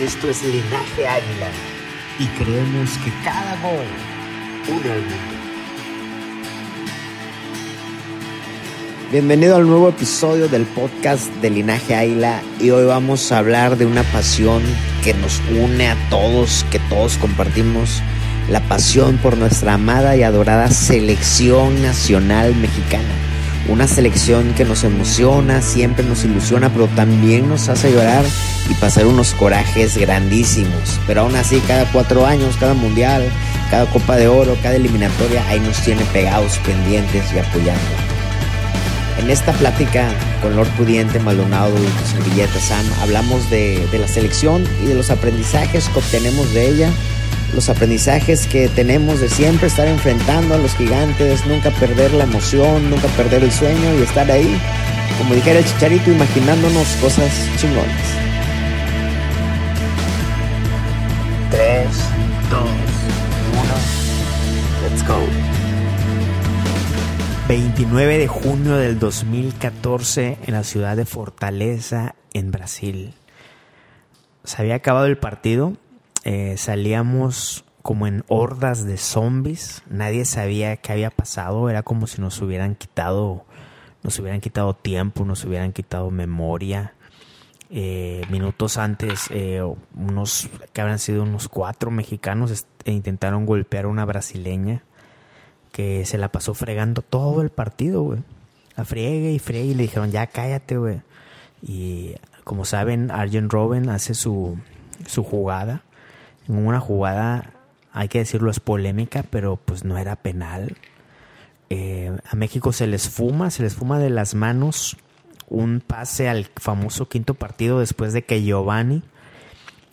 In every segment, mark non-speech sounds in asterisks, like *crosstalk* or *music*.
Esto es Linaje Águila y creemos que cada gol une al mundo. Bienvenido al nuevo episodio del podcast de Linaje Águila y hoy vamos a hablar de una pasión que nos une a todos, que todos compartimos, la pasión por nuestra amada y adorada selección nacional mexicana. Una selección que nos emociona, siempre nos ilusiona, pero también nos hace llorar y pasar unos corajes grandísimos. Pero aún así, cada cuatro años, cada mundial, cada copa de oro, cada eliminatoria, ahí nos tiene pegados, pendientes y apoyando. En esta plática con Lord Pudiente, Maldonado y su servilleta Sam, hablamos de, de, la selección y de los aprendizajes que obtenemos de ella, los aprendizajes que tenemos de siempre estar enfrentando a los gigantes, nunca perder la emoción, nunca perder el sueño y estar ahí, como dijera el chicharito, imaginándonos cosas chingones. 3, 2, 1, let's go. 29 de junio del 2014 en la ciudad de Fortaleza, en Brasil. Se había acabado el partido, eh, salíamos como en hordas de zombies, nadie sabía qué había pasado, era como si nos hubieran quitado, nos hubieran quitado tiempo, nos hubieran quitado memoria. Eh, minutos antes, eh, unos que habrán sido unos cuatro mexicanos intentaron golpear a una brasileña que se la pasó fregando todo el partido, güey. La friegue y friegue y le dijeron, ya cállate, güey. Y como saben, Arjen Robben hace su, su jugada. En una jugada, hay que decirlo, es polémica, pero pues no era penal. Eh, a México se les fuma, se les fuma de las manos un pase al famoso quinto partido después de que Giovanni,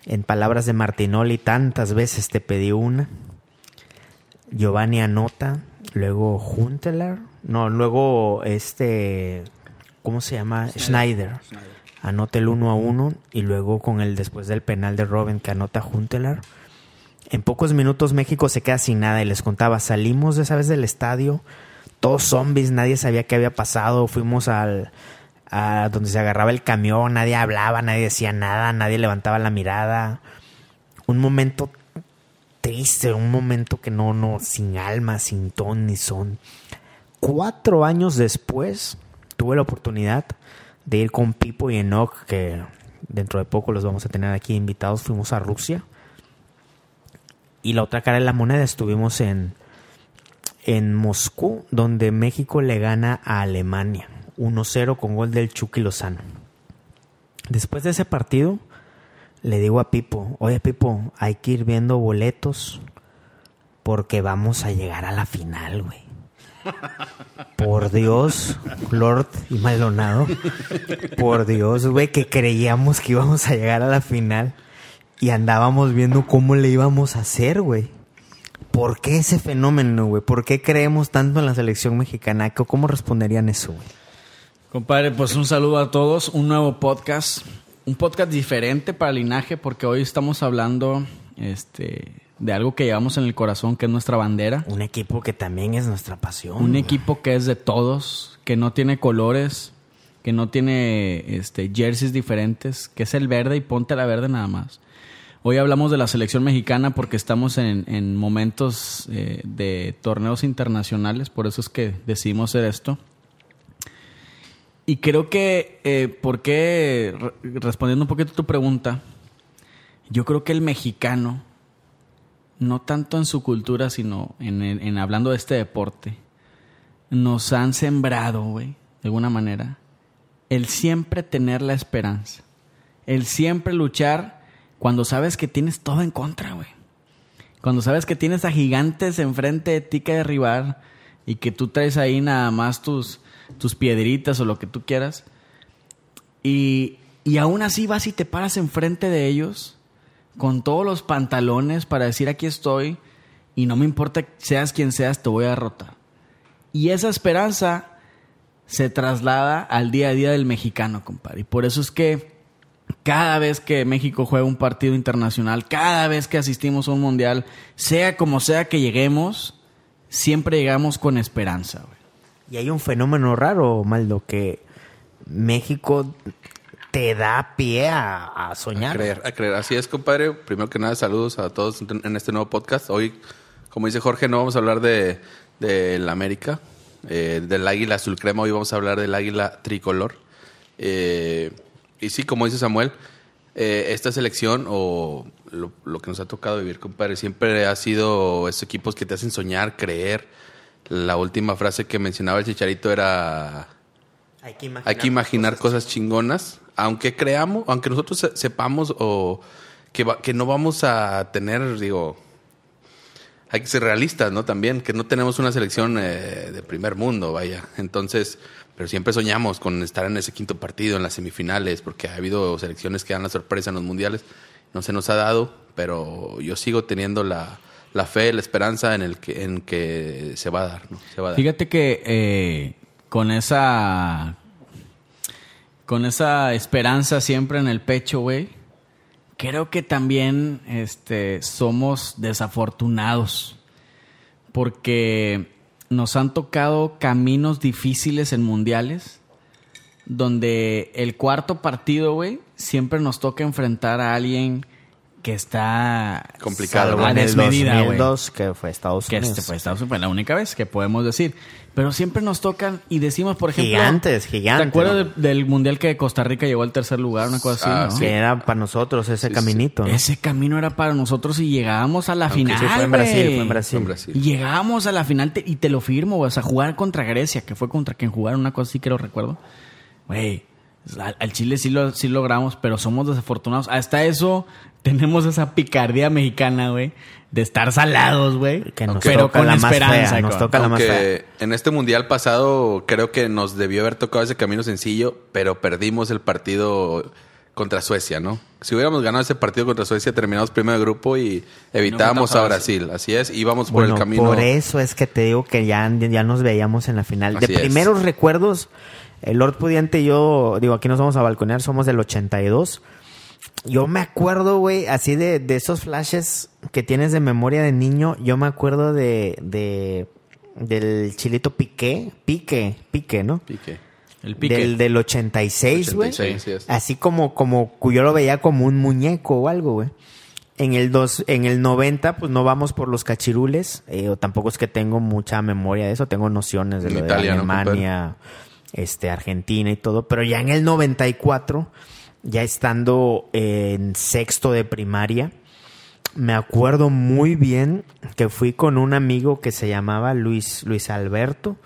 en palabras de Martinoli, tantas veces te pedí una. Giovanni anota, luego Juntelar, no, luego este, ¿cómo se llama? Schneider. Schneider. Schneider. Anota el 1 a 1 y luego con el después del penal de Robin que anota Juntelar. En pocos minutos México se queda sin nada y les contaba, salimos de esa vez del estadio, todos zombies, nadie sabía qué había pasado, fuimos al a donde se agarraba el camión, nadie hablaba, nadie decía nada, nadie levantaba la mirada. Un momento triste, un momento que no, no, sin alma, sin ton ni son. Cuatro años después tuve la oportunidad de ir con Pipo y Enoch, que dentro de poco los vamos a tener aquí invitados, fuimos a Rusia. Y la otra cara de la moneda estuvimos en, en Moscú, donde México le gana a Alemania 1-0 con gol del Chucky Lozano. Después de ese partido, le digo a Pipo, oye Pipo, hay que ir viendo boletos porque vamos a llegar a la final, güey. Por Dios, Lord y Maldonado. Por Dios, güey, que creíamos que íbamos a llegar a la final y andábamos viendo cómo le íbamos a hacer, güey. ¿Por qué ese fenómeno, güey? ¿Por qué creemos tanto en la selección mexicana? ¿Cómo responderían eso, güey? Compadre, pues un saludo a todos. Un nuevo podcast un podcast diferente para Linaje porque hoy estamos hablando este, de algo que llevamos en el corazón, que es nuestra bandera. Un equipo que también es nuestra pasión. Un equipo que es de todos, que no tiene colores, que no tiene este, jerseys diferentes, que es el verde y ponte la verde nada más. Hoy hablamos de la selección mexicana porque estamos en, en momentos eh, de torneos internacionales, por eso es que decidimos hacer esto. Y creo que, eh, porque, respondiendo un poquito a tu pregunta, yo creo que el mexicano, no tanto en su cultura, sino en, en hablando de este deporte, nos han sembrado, güey, de alguna manera, el siempre tener la esperanza, el siempre luchar cuando sabes que tienes todo en contra, güey. Cuando sabes que tienes a gigantes enfrente de ti que derribar y que tú traes ahí nada más tus tus piedritas o lo que tú quieras. Y, y aún así vas y te paras enfrente de ellos con todos los pantalones para decir aquí estoy y no me importa seas quien seas, te voy a derrotar. Y esa esperanza se traslada al día a día del mexicano, compadre. Y por eso es que cada vez que México juega un partido internacional, cada vez que asistimos a un mundial, sea como sea que lleguemos, siempre llegamos con esperanza. güey. Y hay un fenómeno raro, Maldo, que México te da pie a, a A soñar. creer, a creer. Así es, compadre. Primero que nada, saludos a todos en en este nuevo podcast. Hoy, como dice Jorge, no vamos a hablar de, de la América, eh, del águila azul crema. Hoy vamos a hablar del águila tricolor. Eh, y sí, como dice Samuel, eh, esta selección o lo, lo que nos ha tocado vivir, compadre, siempre ha sido estos equipos que te hacen soñar, creer. La última frase que mencionaba el Chicharito era... Hay que imaginar, Hay que imaginar cosas, chingonas, aunque creamos, aunque nosotros se- sepamos o que, va- que no vamos a tener, digo, hay que ser realistas, ¿no? También, que no tenemos una selección eh, de primer mundo, vaya. Entonces, pero siempre soñamos con estar en ese quinto partido, en las semifinales, porque ha habido selecciones que dan la sorpresa en los mundiales. No se nos ha dado, pero yo sigo teniendo la, la fe, la esperanza en el que, en que se va a dar, ¿no? Se va a dar. Fíjate que eh, con esa. Con esa esperanza siempre en el pecho, güey. Creo que también este, somos desafortunados. Porque nos han tocado caminos difíciles en mundiales. Donde el cuarto partido, güey, siempre nos toca enfrentar a alguien que está Complicado, salvo güey. a En el desmedida, güey 2002, que fue Estados que Unidos. este, pues, Estados Unidos fue la única vez que podemos decir. Pero siempre nos tocan y decimos, por ejemplo. gigantes, ¿Te gigantes. acuerdas ¿no? de- del mundial que Costa Rica llegó al tercer lugar? Una cosa Ah, así. ¿no? sí. Que era para nosotros ese caminito. ¿no? Ese camino era para nosotros y llegábamos a la Aunque final. sí fue en Brasil, güey. fue en Brasil. Con Brasil. Y llegábamos a la final te- y te lo firmo, güey. O sea, jugar contra Grecia, que fue contra quien jugaron, una cosa así que lo recuerdo. Güey, al, al Chile sí, lo, sí logramos, pero somos desafortunados. Hasta eso tenemos esa picardía mexicana, güey, de estar salados, güey. Que nos pero toca con la más esperanza, fea, nos cabrón. toca la más fea. Aunque en este mundial pasado creo que nos debió haber tocado ese camino sencillo, pero perdimos el partido contra Suecia, ¿no? Si hubiéramos ganado ese partido contra Suecia, terminamos primero de grupo y evitábamos No, a Brasil. Así es, íbamos por Bueno, el camino. por eso es que te digo que ya, ya nos veíamos en la final. Así de es. primeros recuerdos, el Lord Pudiente y yo, digo, aquí nos vamos a balconear, somos del 82. Yo me acuerdo, güey, así de, de esos flashes que tienes de memoria de niño. Yo me acuerdo de, de del chilito Piqué, Pique, Pique, ¿no? Piqué. El pique. Del, del 86, güey. 86, así es. Así como, como yo lo veía como un muñeco o algo, güey. En el, dos, en el 90, pues no vamos por los cachirules. eh, o tampoco es que tengo mucha memoria de eso. Tengo nociones de, En lo de Italia, ¿no, Alemania, este, Argentina y todo. Pero ya en el 94, ya estando en sexto de primaria, me acuerdo muy bien que fui con un amigo que se llamaba Luis, Luis Alberto.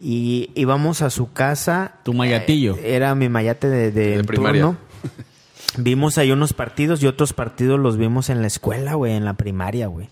Y íbamos a su casa. Tu mayatillo. Eh, Era mi mayate de, de, De en primaria. turno. *laughs* Vimos ahí unos partidos y otros partidos los vimos en la escuela, güey, en la primaria, güey.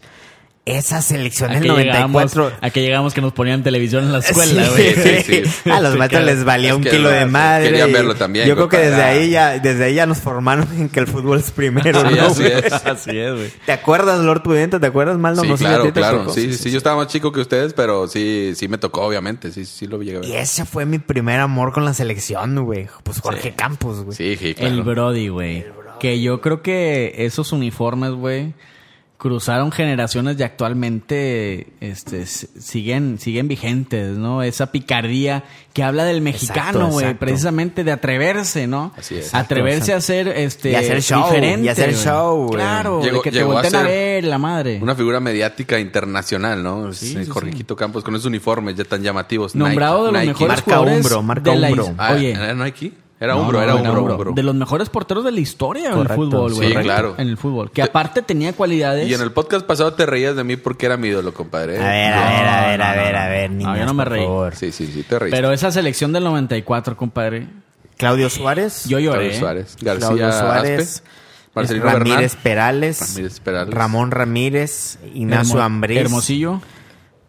Esa selección ¿A del que llegamos- 94. A que llegamos que nos ponían televisión en la escuela, Sí, güey. sí, sí. A los Sí, maestros claro. les valía Es un que kilo de era- madre. querían y verlo también, Yo creo que desde compadre. ahí ya, desde ahí ya nos formaron en que el fútbol es primero, Sí, ¿no, así güey? *laughs* es. Así es, güey. ¿Te acuerdas, Lord Pudiente? ¿Te acuerdas mal? Sí, no sé si a claro, ti te claro. tocó. Sí, sí, sí, yo estaba más chico que ustedes, pero sí, sí me tocó, obviamente. Sí, sí lo llegué a ver. Y ese fue mi primer amor con la selección, güey. Pues Jorge Campos, güey. Sí, sí, *laughs* claro. El Brody, güey. Que yo creo que esos uniformes, güey, cruzaron generaciones y actualmente este, s- siguen, siguen vigentes, ¿no? Esa picardía que habla del mexicano, Exacto, güey. exacto. Precisamente de atreverse, ¿no? Así es. Atreverse Exacto, a ser este, Y hacer show, diferente. y hacer güey. show, güey. Claro, de Llegó- que te llegó a volteen a, ser ver la madre. Una figura mediática internacional, ¿no? Sí, Sí, sí, Jorge sí. Quito Campos con esos uniformes ya tan llamativos. Nombrado de los Nike, Nike. mejores Marca jugadores hombro, marca de la hombro. his- Ah, Oye, ¿Era Nike? Era No, hombro, no, era no, hombro, no, hombro. De los mejores porteros de la historia Correcto, en el fútbol, güey. sí, claro. En el fútbol. Que aparte tenía cualidades. Y en el podcast pasado te reías de mí porque era mi ídolo, compadre. ¿eh? A ver, No, a ver, a ver, no, a ver, no, a ver, no. niñas, No, yo no me por reí. favor. Sí, sí, sí, te reíste. Pero esa selección del 94, compadre. Claudio Suárez. Yo lloré. Carlos Suárez, García Claudio Suárez. Aspe, Marcelino Ramírez Bernal, Perales, Ramírez Perales. Ramón Ramírez, Ignacio Hermo- Ambriz, Hermosillo.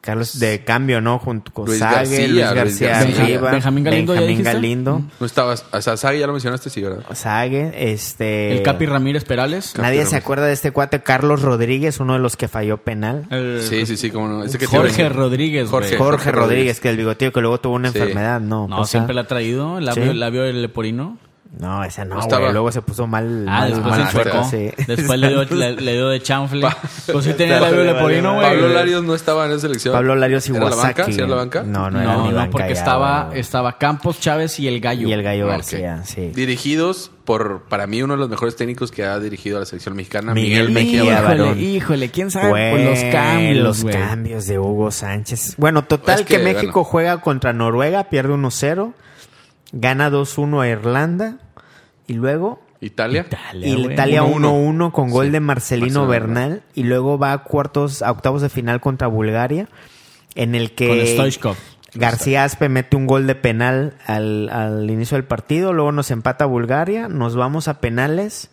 Carlos de cambio, ¿no? Junto con Luis Sague, García, Luis Luis García García. arriba, Benjamín Galindo, ¿ya Benjamín dijiste? Galindo, No estabas. O sea, Sague ya lo mencionaste, sí, ¿verdad? Sague, este... El Capi Ramírez Perales. Nadie Capi se Ramírez. acuerda de este cuate, Carlos Rodríguez, uno de los que falló penal. El- Sí, sí, sí, cómo no. Ese que te Jorge venía. Rodríguez. güey. Jorge. Jorge Rodríguez, que el bigotillo que luego tuvo una Sí. enfermedad, no. No, o sea, siempre la ha traído. El labio, Sí. el labio del leporino. No, esa no, No estaba. güey, Luego se puso mal. Ah, mal- después mal se suerte, enfermó. sí. Después *laughs* le dio, le, le dio de chanfle. Pues sí tenía el Estaba- labio le del valió leporino, madre. güey. Pablo Larios no estaba en esa selección. Pablo Larios ¿Era la banca? Iwasaki. ¿Sí era la banca? No, no, era No, ni no, banca porque ya, estaba, güey. estaba Campos, Chávez y el Gallo. Y el Gallo Ah, Ok. García, sí. Dirigidos por, para mí, uno de los mejores técnicos que ha dirigido a la selección mexicana, Miguel Miguel, Mejía Mejía Barón. Barón. varón. Híjole, híjole, quién sabe Güey, Pues los cambios, los güey. cambios de Hugo Sánchez. Bueno, total Es que, que, México bueno. juega contra Noruega, pierde 1-0, gana 2-1 a Irlanda y luego Italia. Dale, y güey. Italia 1-1. 1-1 con gol de Marcelino Marcelo Bernal y luego va a cuartos a octavos de final contra Bulgaria en el Con que Stoichkov. García Aspe mete un gol de penal al, al inicio del partido, luego nos empata Bulgaria, nos vamos a penales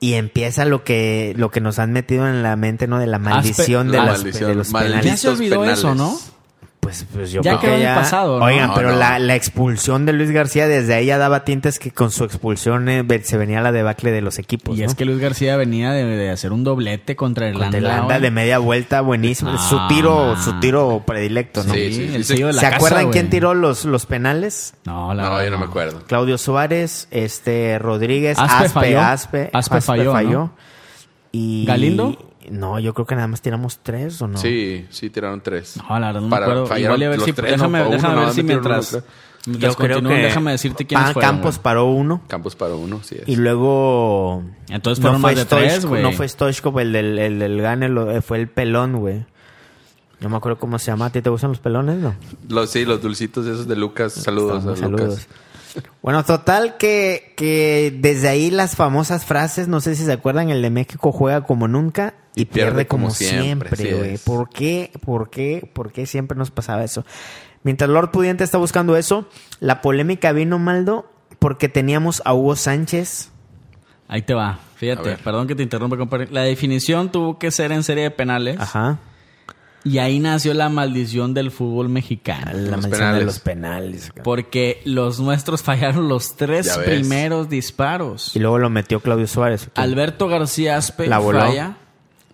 y empieza lo que lo que nos han metido en la mente, ¿no? De la maldición, la de, las- maldición, de los maldito. Ya penales. se olvidó Penales. eso, ¿no? Pues, pues yo Ya creo quedó que en el ya... pasado, ¿no? Oigan, No, pero no. La, la expulsión de Luis García desde ahí ya daba tintes que con su expulsión eh, ve- se venía la debacle de los equipos, y pues, ¿no? es que Luis García venía de, de hacer un doblete contra Irlanda. Contra Irlanda güey. de media vuelta, buenísimo. Ah, su tiro, man. su tiro predilecto, ¿no? Sí, Sí, sí, el sí. sello de la ¿Se casa, acuerdan güey. quién tiró los, los penales? No, la No, verdad yo no me acuerdo. Claudio Suárez, este Rodríguez, Aspe Aspe, Aspe, falló. Aspe, Aspe falló, ¿no? Y ¿Galindo? No, yo creo que nada más tiramos tres o no. Sí, sí, tiraron tres. No, la verdad no Para- me acuerdo. fallaron Igual y a ver los si... tres, déjame no, fue déjame uno, ver nada si más metieron mientras... uno, mientras continúo, déjame decirte quiénes Pan- fueron, Campos güey. paró uno Campos para uno, sí es. y luego. Entonces fueron más de tres, Stoichkov- güey. No fue Stoichkov el del, el del Gane, lo- eh, fue el pelón, güey. No me acuerdo cómo se llama. ¿A ti te gustan los pelones, no? Los, sí, los dulcitos esos de Lucas. Saludos Saludos, a Lucas. saludos. Bueno, total que, que desde ahí las famosas frases, no sé si se acuerdan, el de México juega como nunca y, pierde, como, siempre, así güey. es. ¿Por qué? ¿Por qué? ¿Por qué siempre nos pasaba eso? Mientras Lord Pudiente está buscando eso, la polémica vino, Maldo, porque teníamos a Hugo Sánchez. Ahí te va. A Fíjate, ver. perdón que te interrumpa, compadre. La definición tuvo que ser en serie de penales. Ajá. Y ahí nació la maldición del fútbol mexicano. La mención Los de penales. Pues, los penales. cabrón. Porque los nuestros *laughs* fallaron los tres Ya ves. primeros disparos. Y luego lo metió Claudio Suárez. ¿o qué? Alberto García Aspe La voló. falla.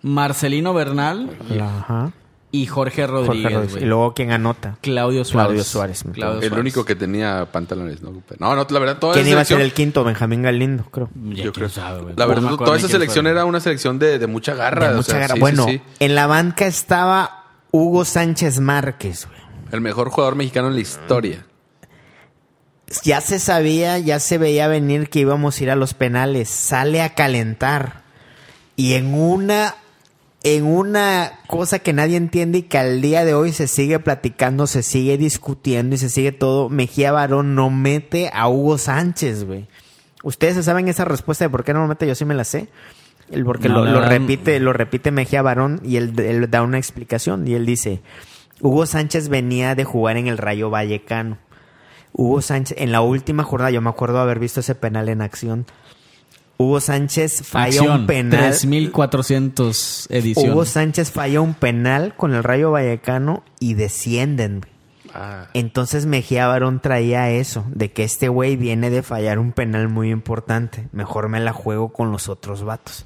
Marcelino Bernal La- Ajá. y Jorge Jorge Rodríguez. Rodríguez. güey. Y luego, ¿quién anota? Claudio Suárez. Claudio Suárez, me Claudio El Suárez. único que tenía pantalones, ¿no? No, no, la verdad, toda ¿Quién esa iba a selección- ser el quinto? Benjamín Galindo, creo. Ya Yo quién creo. sabe, güey. la No me verdad, acuerdo toda ni esa quién selección fue. era una selección de, de mucha garra. De o mucha sea, garra. sí, bueno, sí, sí. en la banca estaba Hugo Sánchez Márquez, güey. El mejor jugador mexicano en la historia. Ya se sabía, ya se veía venir que íbamos a ir a los penales. Sale a calentar. Y en una, en una cosa que nadie entiende y que al día de hoy se sigue platicando, se sigue discutiendo y se sigue todo, Mejía Barón no mete a Hugo Sánchez, güey. Ustedes se saben esa respuesta de por qué no lo mete, yo sí me la sé. El porque No, lo, la lo verdad, repite, lo repite Mejía Barón y él, él da una explicación y él dice, Hugo Sánchez venía de jugar en el Rayo Vallecano. Hugo Sánchez, en la última jornada, yo me acuerdo haber visto ese penal en acción. Hugo Sánchez falla Acción, un penal. 3400 ediciones. Hugo Sánchez falla un penal con el Rayo Vallecano y descienden. güey. Ah, Entonces Mejía Barón traía eso, de que este güey viene de fallar un penal muy importante. Mejor me la juego con los otros vatos.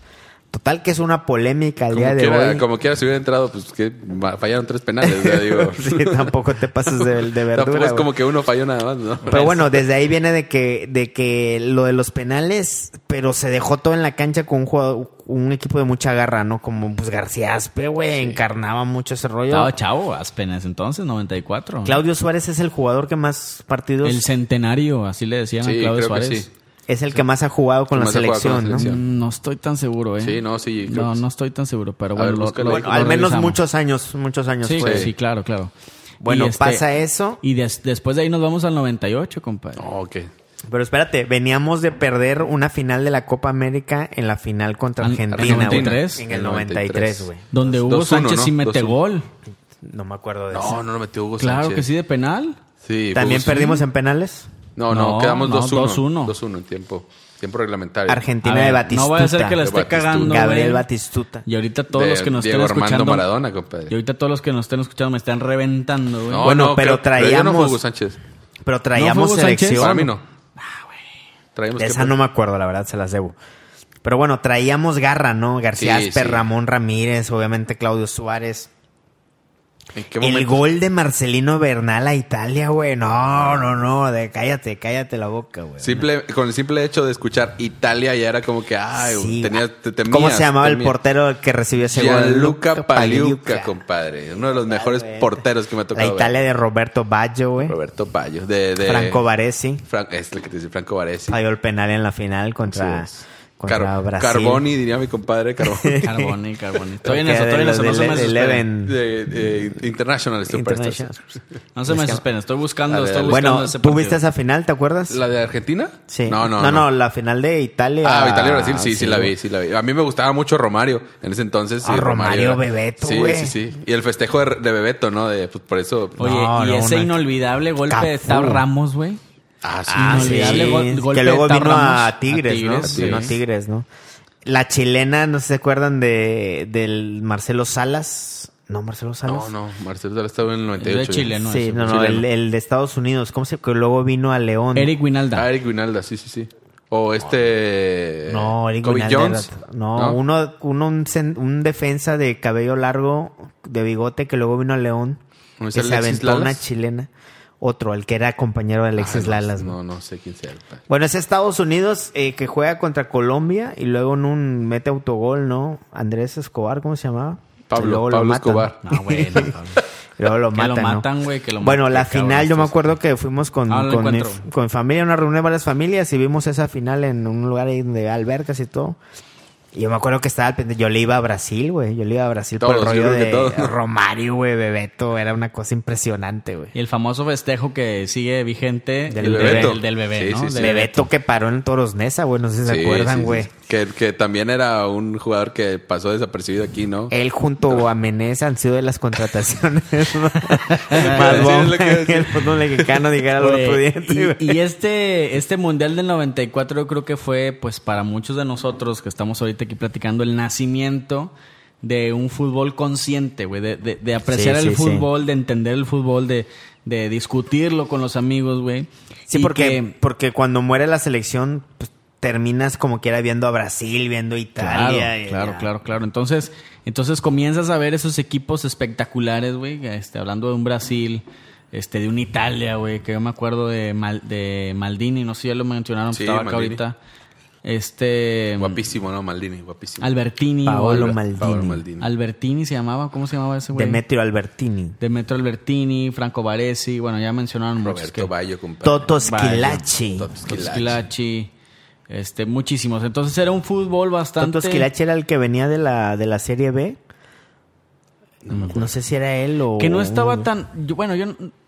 Total que es una polémica al Ah, como, día de quiera, hoy. como quiera, si hubiera entrado, pues que ma- fallaron tres penales. o sea, digo. *laughs* Sí, tampoco te pasas de, de verdura. *laughs* Tampoco es güey. como que uno falló nada más, ¿no? Pero bueno, desde ahí viene de que, de que lo de los penales, pero se dejó todo en la cancha con un, jugador- un equipo de mucha garra, ¿no? Como pues García Aspe, güey, encarnaba mucho ese rollo. Estaba chavo, apenas entonces, 94. Claudio Suárez es el jugador que más partidos, El centenario, así le decían a Sí, Claudio creo Suárez. que sí. es el que más ha jugado con Que la más ha jugado con selección, la ¿no? selección. Mm, No estoy tan seguro, ¿eh? Sí, no, sí, creo No, que sí. no estoy tan seguro, pero A bueno, ver, lo- búscalo. lo- Bueno, lo Al menos revisamos. muchos años, muchos años Sí, fue. sí, sí, claro, claro. Bueno, Y este- pasa eso. Y des- después de ahí nos vamos al 98, compadre. No, ok. Pero espérate, veníamos de perder una final de la Copa América en la final contra Al- Argentina, güey. 93. En el El 93, 93, güey. Donde Dos- Hugo dos uno, Sánchez sí ¿no? mete Dos uno. gol. No me acuerdo de eso. No, no lo metió Hugo Claro Sánchez. que sí, de penal. Sí, También fue pues Hugo Sánchez. perdimos en penales. No, no, No, quedamos no, 2-1. 2-1. 2-1 en tiempo, tiempo reglamentario. Argentina A ver, de Batistuta. No voy a hacer que la De esté Batistuta. cagando. Gabriel güey. Batistuta. Y ahorita todos De los que nos Diego estén Armando escuchando. Maradona, compadre. Y ahorita todos los que nos estén escuchando me están reventando, güey. No, Bueno, no, pero creo- ya no fue traíamos- Hugo Sánchez. Pero traíamos ¿No fue Hugo Sánchez? selección. Para mí no. Traíamos De que- esa no me acuerdo, la verdad, se las debo. Pero bueno, traíamos garra, ¿no? García Sí, Asper, sí. Ramón Ramírez, obviamente Claudio Suárez. ¿En qué El momento? gol de Marcelino Bernal a Italia, güey. No, no, no. De, cállate, cállate la boca, güey. Simple, con el simple hecho de escuchar Italia ya era como que, ay, Sí. tenías, te temías. ¿Cómo se llamaba el temías. portero que recibió ese gol? Gianluca Paliuca, compadre. compadre. Uno de los mejores porteros que me ha La tocado ver. Italia de Roberto Baggio, güey. Roberto Bayo. De, de- Franco Baresi. Fran- es el que te dice Franco Baresi. Falló el penal en la final contra, Así es. contra Car- Brasil. Carboni, diría mi compadre *laughs* Carboni. Carboni, Carboni. Estoy eh, en Porque eso, estoy en de eso. los No se me del desesperen. Eleven de, de International este Superstars. International. No se me Es que- desesperen. Estoy A buscando, ver, estoy dale. buscando Bueno, ese ¿tú partido. viste esa final, te acuerdas? ¿La de Argentina? Sí. No, no, no, la final de Italia. Ah, Italia-Brasil, sí, sí, la vi, sí la vi. A mí me gustaba mucho Romario en ese entonces. sí, Ah, Romario Bebeto, Sí, güey. sí, sí. Y el festejo de, de Bebeto, ¿no? De, pues, por eso... Oye, No, y no, ese no. inolvidable golpe de Cafú. Tab Ramos, güey. ah, sí. Ah, sí. Inolvidable gol- golpe que luego de Tab vino Ramos a Tigres, a ¿no? Tigres, Sí, no, sí. Tigres, ¿no? La chilena, ¿no se acuerdan de del Marcelo Salas? No, Marcelo Salas. No, no, Marcelo Sala estaba en el 98. Es de Chile, ¿no? sí, Ese, no, no, chileno. el, el de Estados Unidos. ¿Cómo se que luego vino a León? Eric Winalda. Ah, Eric Winalda, sí, sí, sí. O este... No, Eric Kobe Vinalda Jones. era- No, uno, uno un, cen- un defensa de cabello largo, de bigote, que luego vino a León. ¿No es que se Alexis aventó Lalas? una chilena. Otro, el que era compañero de Alexis Ah, no, Lalas. ¿no? No, no sé quién sea. compadre. Bueno, es Estados Unidos eh, que juega contra Colombia y luego en un mete autogol, ¿no? Andrés Escobar, ¿cómo se llamaba? Y Pablo, luego lo Pablo matan. Escobar. No, güey. no, no. Y Luego lo Que matan, lo ¿no? matan, güey, que lo Bueno, matan, la cabrón, final, yo me estos- acuerdo que fuimos con, Ah, lo con, mi, encuentro. con familia, una reunión de varias familias y vimos esa final en un lugar ahí de albercas y todo. Y yo me acuerdo que estaba al pendiente. Yo le iba a Brasil, güey. Yo le iba a Brasil por Todos, el rollo yo creo que de todos, *laughs* ¿no? Romario, güey, Bebeto. Era una cosa impresionante, güey. Y el famoso festejo que sigue vigente Del el Bebeto. Del, del bebé, Sí, ¿no? sí, Del sí. Bebeto que paró en Toros Nesa, güey. No sé si se Sí, acuerdan, sí, güey. sí, sí. Que, que también era un jugador que pasó desapercibido aquí, ¿no? Él junto a Menés han sido de las *laughs* contrataciones *laughs* Sí, más es bomba lo que iba *laughs* a que el decir. fútbol mexicano dijera los Güey, otro diente, y, güey. y este, este mundial del 94 yo creo que fue, pues para muchos de nosotros que estamos ahorita aquí platicando, el nacimiento de un fútbol consciente, güey, de, de- de apreciar Sí, el sí, sí. fútbol, de entender el fútbol, de, de discutirlo con los amigos, güey. Sí, Y porque, que- porque cuando muere la selección, pues, terminas como quiera viendo a Brasil, viendo a Claro, Italia. eh, eh, y claro, ya. claro, claro. Entonces, entonces comienzas a ver esos equipos espectaculares, güey. Este, hablando de un Brasil, este, de un Italia, güey, que yo me acuerdo de, Mal- de Maldini, no sé si ya lo mencionaron, Sí, estaba acá Maldini. ahorita. Este Guapísimo, ¿no? Maldini, guapísimo. Albertini, Paolo güey. Maldini. Paolo Maldini. Albertini se llamaba, ¿cómo se llamaba ese güey? Demetrio Albertini. Demetrio Albertini, Franco Baresi, bueno, ya mencionaron muchos que- Roberto Bayo, compadre. Toto Schillaci. Toto Schillaci. Schillaci, este, muchísimos. Entonces era un fútbol bastante Toto Schillaci era el que venía de la, de la Serie B. No, sé si era él o... Que no Oh. estaba tan. yo- bueno, yo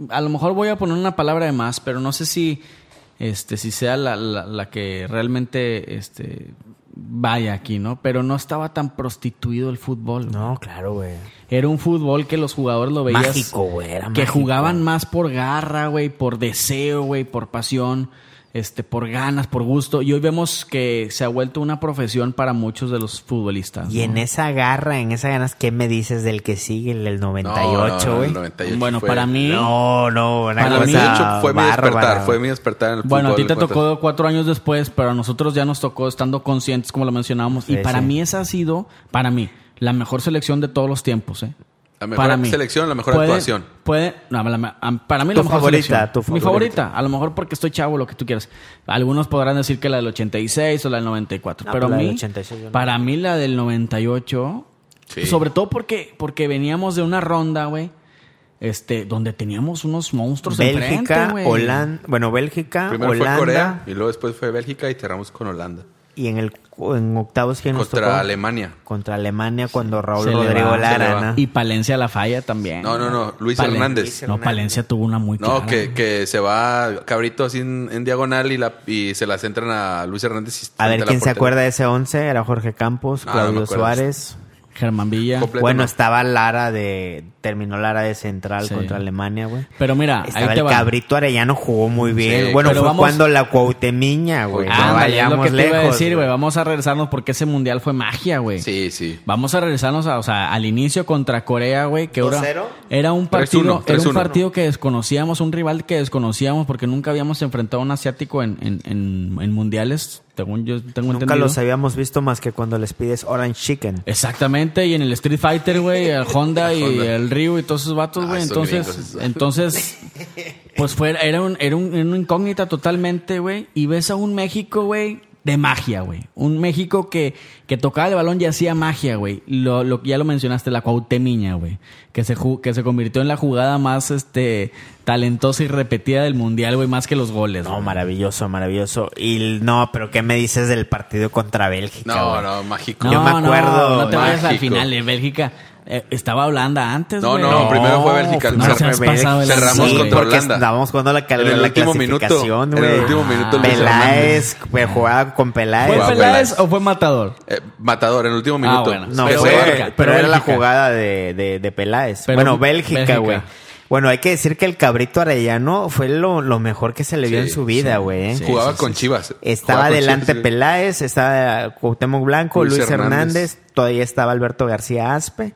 a lo mejor voy a poner una palabra de más, pero no sé si, este, si sea la, la- la que realmente este, vaya aquí, ¿no? Pero no estaba tan prostituido el fútbol. No, claro, güey. Era un fútbol que los jugadores lo veías. Mágico, güey, era Que mágico. jugaban más por garra, güey, por deseo, güey, por pasión. Este, por ganas, por gusto. Y hoy vemos que se ha vuelto una profesión para muchos de los futbolistas. Y ¿no? en esa garra, en esas ganas, ¿qué me dices del que sigue, el del No, 98, no, güey? el 98 Bueno, fue- para mí. No, no, una Para El mí- 98 fue mi bárbara, despertar, fue güey. mi despertar en el Bueno, a ti fútbol, te ¿cuántas- tocó cuatro años después, pero a nosotros ya nos tocó estando conscientes, como lo mencionábamos. y Eh, Sí, para sí. mí esa ha sido, para mí, la mejor selección de todos los tiempos, ¿eh? La mejor para mí. selección, la mejor Puede- actuación. Puede, no, la me- a- para mí Tu la mejor favorita, selección. tu Mi favorita. favorita, a lo mejor porque estoy chavo, lo que tú quieras. Algunos podrán decir que la del 86 o la del 94, No, pues pero la a del mí, 86 yo no. para mí la del 98, Sí. sobre todo porque, porque veníamos de una ronda, güey, este, donde teníamos unos monstruos Bélgica, enfrente, güey. Holanda, bueno, Bélgica, Primero Holanda fue Corea y luego después fue Bélgica y cerramos con Holanda. y en el en octavos que nos Contra tocó Alemania. contra Alemania cuando Raúl Se le Rodrigo va, se Lara, le va. ¿no? Y Palencia la falla también. No, no, no, Luis Palen- Hernández. No, Palencia tuvo una muy clara. No, que, que se va cabrito así en, en diagonal y, la, y se la centran a Luis Hernández. y a ver ante la quién se portería. Ah, acuerda de ese 11, era Jorge Campos, No, no me Claudio acuerdo. Suárez. Germán Villa. Completo, Bueno, no. estaba Lara de terminó Lara de central Sí. contra Alemania, güey. Pero mira, Estaba ahí te el va. cabrito Arellano jugó muy bien. Sí, bueno, pero fue vamos- cuando la Cuautemiña, güey. Ándale, no es lo vayamos que te iba a lejos, decir, güey. güey. Vamos a regresarnos porque ese mundial fue magia, güey. Sí, sí. Vamos a regresarnos a- o sea, al inicio contra Corea, güey, que ahora 2-0. era un partido, 3-1, era un 3-1. partido que desconocíamos, un rival que desconocíamos porque nunca habíamos enfrentado a un asiático en, en, en, en mundiales, según yo tengo Nunca entendido. los habíamos visto más que cuando les pides Orange Chicken. Exactamente, y en el Street Fighter, güey, *laughs* el Honda y Honda. el Ryu y todos esos vatos, Ah, güey. esos entonces, gringos. *laughs* entonces, pues fue, era un, era un, era una incógnita totalmente, güey. Y ves a un México, güey, de magia, güey. Un México que, que tocaba el balón y hacía magia, güey. Lo, lo, ya lo mencionaste, la Cuauhtemiña, güey. Que se, ju- que se convirtió en la jugada más, este, talentosa y repetida del Mundial, güey, más que los goles. No, güey. maravilloso, maravilloso. Y l- no, pero ¿qué me dices del partido contra Bélgica? No, güey? no, mágico. Yo me acuerdo, No, te vayas al mágico. final. eh, Bélgica eh, estaba Holanda antes. No, güey. no, primero fue Bélgica. No, Cer- se has fue Bélgica. pasado de lanza, cerramos güey. contra porque Holanda. Estábamos jugando la, cal- En el la último minuto, clasificación, en el güey. último minuto, Luis Peláez, güey, jugaba con ¿Fue Peláez. Jugaba güey. Peláez Peláez. o fue Matador? Eh, matador, en el último Ah, minuto. bueno. No, Que pero, Pero se- Bélgica, pero era la Bélgica. jugada de, de, de Peláez. Pero bueno, Bélgica, Bélgica, Bélgica. güey. Bueno, hay que decir que el cabrito Arellano fue lo, lo mejor que se le vio Sí, en su vida, güey. ¿eh? jugaba con Chivas. Estaba Jugaba con delante Chivas, sí. Peláez, estaba Cuauhtémoc Blanco, Luis, Luis Hernández. Hernández. todavía estaba Alberto García Aspe.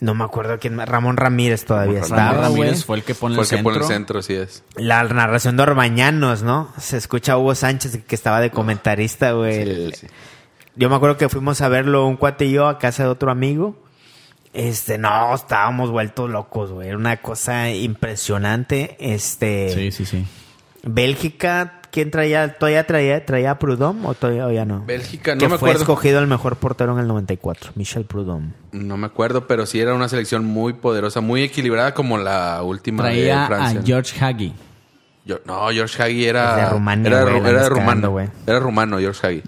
No me acuerdo quién más, Ramón Ramírez todavía Ramón estaba. Ramón Ramírez güey. fue el que pone Fue el el que pone el centro. centro, sí es. La narración de Orbañanos, ¿no? Se escucha a Hugo Sánchez que estaba de comentarista, güey. El- Sí, sí. Yo me acuerdo que fuimos a verlo un cuate y yo a casa de otro amigo. Este, no, estábamos vueltos locos, güey. Era una cosa impresionante. Este, Sí, sí, sí. Bélgica, ¿quién traía? ¿Todavía traía, traía a Prudhomme o todavía o ya no? Bélgica, no que me fue acuerdo. escogido el mejor portero en el 94, Michel Prudhomme. No me acuerdo, pero sí era una selección muy poderosa, muy equilibrada como la última Traía de Francia. a George *laughs* Hagi. Yo- no, George Hagi Es era. de Rumania, era, güey, ru- la era andas cagando, rumano. güey. Era rumano, George Hagi.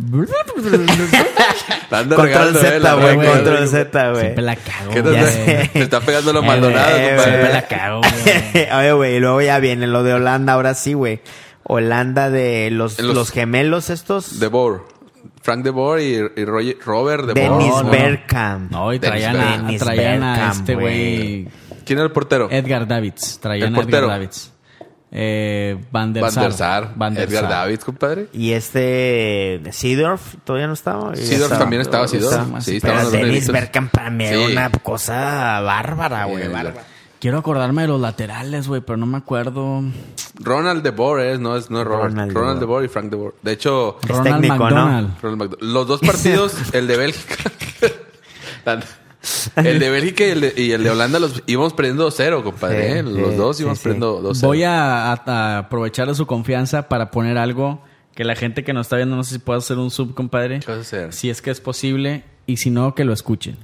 La anda Control regando, eh, la Z, anda güey, güey. regando. control Z, güey. *laughs* Siempre la cago. ¿Qué güey. Ya *laughs* te- sé. te está pegando lo Eh, maldonado, güey, compadre. Siempre la cago, güey. Oye, güey, y luego ya viene lo de Holanda, ahora sí, güey. Holanda de los, los, Los- gemelos estos. De Boer. Frank De Boer y, y Roger- Robert De Boer. Dennis No, no. Bergkamp. No, y *laughs* Dennis traían a, Bergkamp. traían a Dennis este Bergkamp, güey. ¿Quién era el portero? Edgar Davids. Traían El a Edgar portero. Davids. Eh, Van der Van Sar. der Sar. Van der Edgar Sar. David, compadre. Y este Seedorf todavía no estaba. Ya Seedorf también estaba, Ya Seedorf. estaba. Sí, estaban Pero los dos Dennis negritos. Bergkamp para mí era Sí. una cosa bárbara, güey. Eh, bárbara. Quiero acordarme de los laterales, güey, pero no me acuerdo. Ronald De Boer es, no es, no es Robert. Ronald Ronald, De De Boer. Boer y Frank De Boer. De hecho, Es Ronald técnico, ¿no? McDonald. Ronald McDo- Los dos partidos, *laughs* el de Bélgica. Tan- el de Bélgica y el de, y el de Holanda los íbamos perdiendo 2-0, compadre. Sí, ¿eh? Los sí, dos sí, íbamos sí. perdiendo 2-0. Voy a, a- a aprovechar de su confianza para poner algo que la gente que nos está viendo no sé si pueda hacer un sub, compadre. ¿Qué vas a hacer? Si es que es posible y si no, que lo escuchen.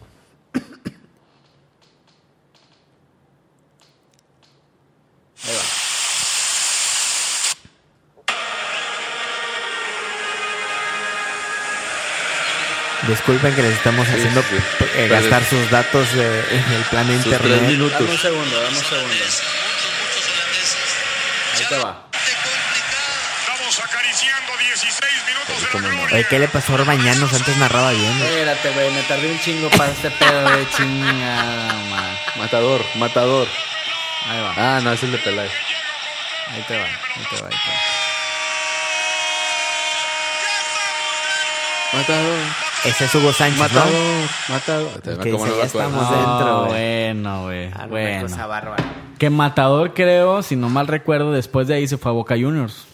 Disculpen que les estamos haciendo sí. eh, Pero- gastar sus datos de- en el plan de Sus tres internet. minutos. segundo, dame un segundo. Ahí te va. Estamos acariciando 16 minutos de la gloria. Oye, ¿qué le pasó a Orbañanos? Antes narraba bien. güey. Espérate, güey, me tardé un chingo para este pedo de chingada, man. Matador, matador. Ahí va, Ah, no, es el de Peláez. ahí te va, ahí te va, ahí te va. Matador, Ese es Hugo Sánchez, ¿no? matador, matador. Te El va que como dice, no me "Ya acuerdo". estamos". dentro, No, güey. bueno, güey. Ah, Una cosa Bueno. bárbara. Que Matador, creo, si no mal recuerdo, después de ahí se fue a Boca Juniors.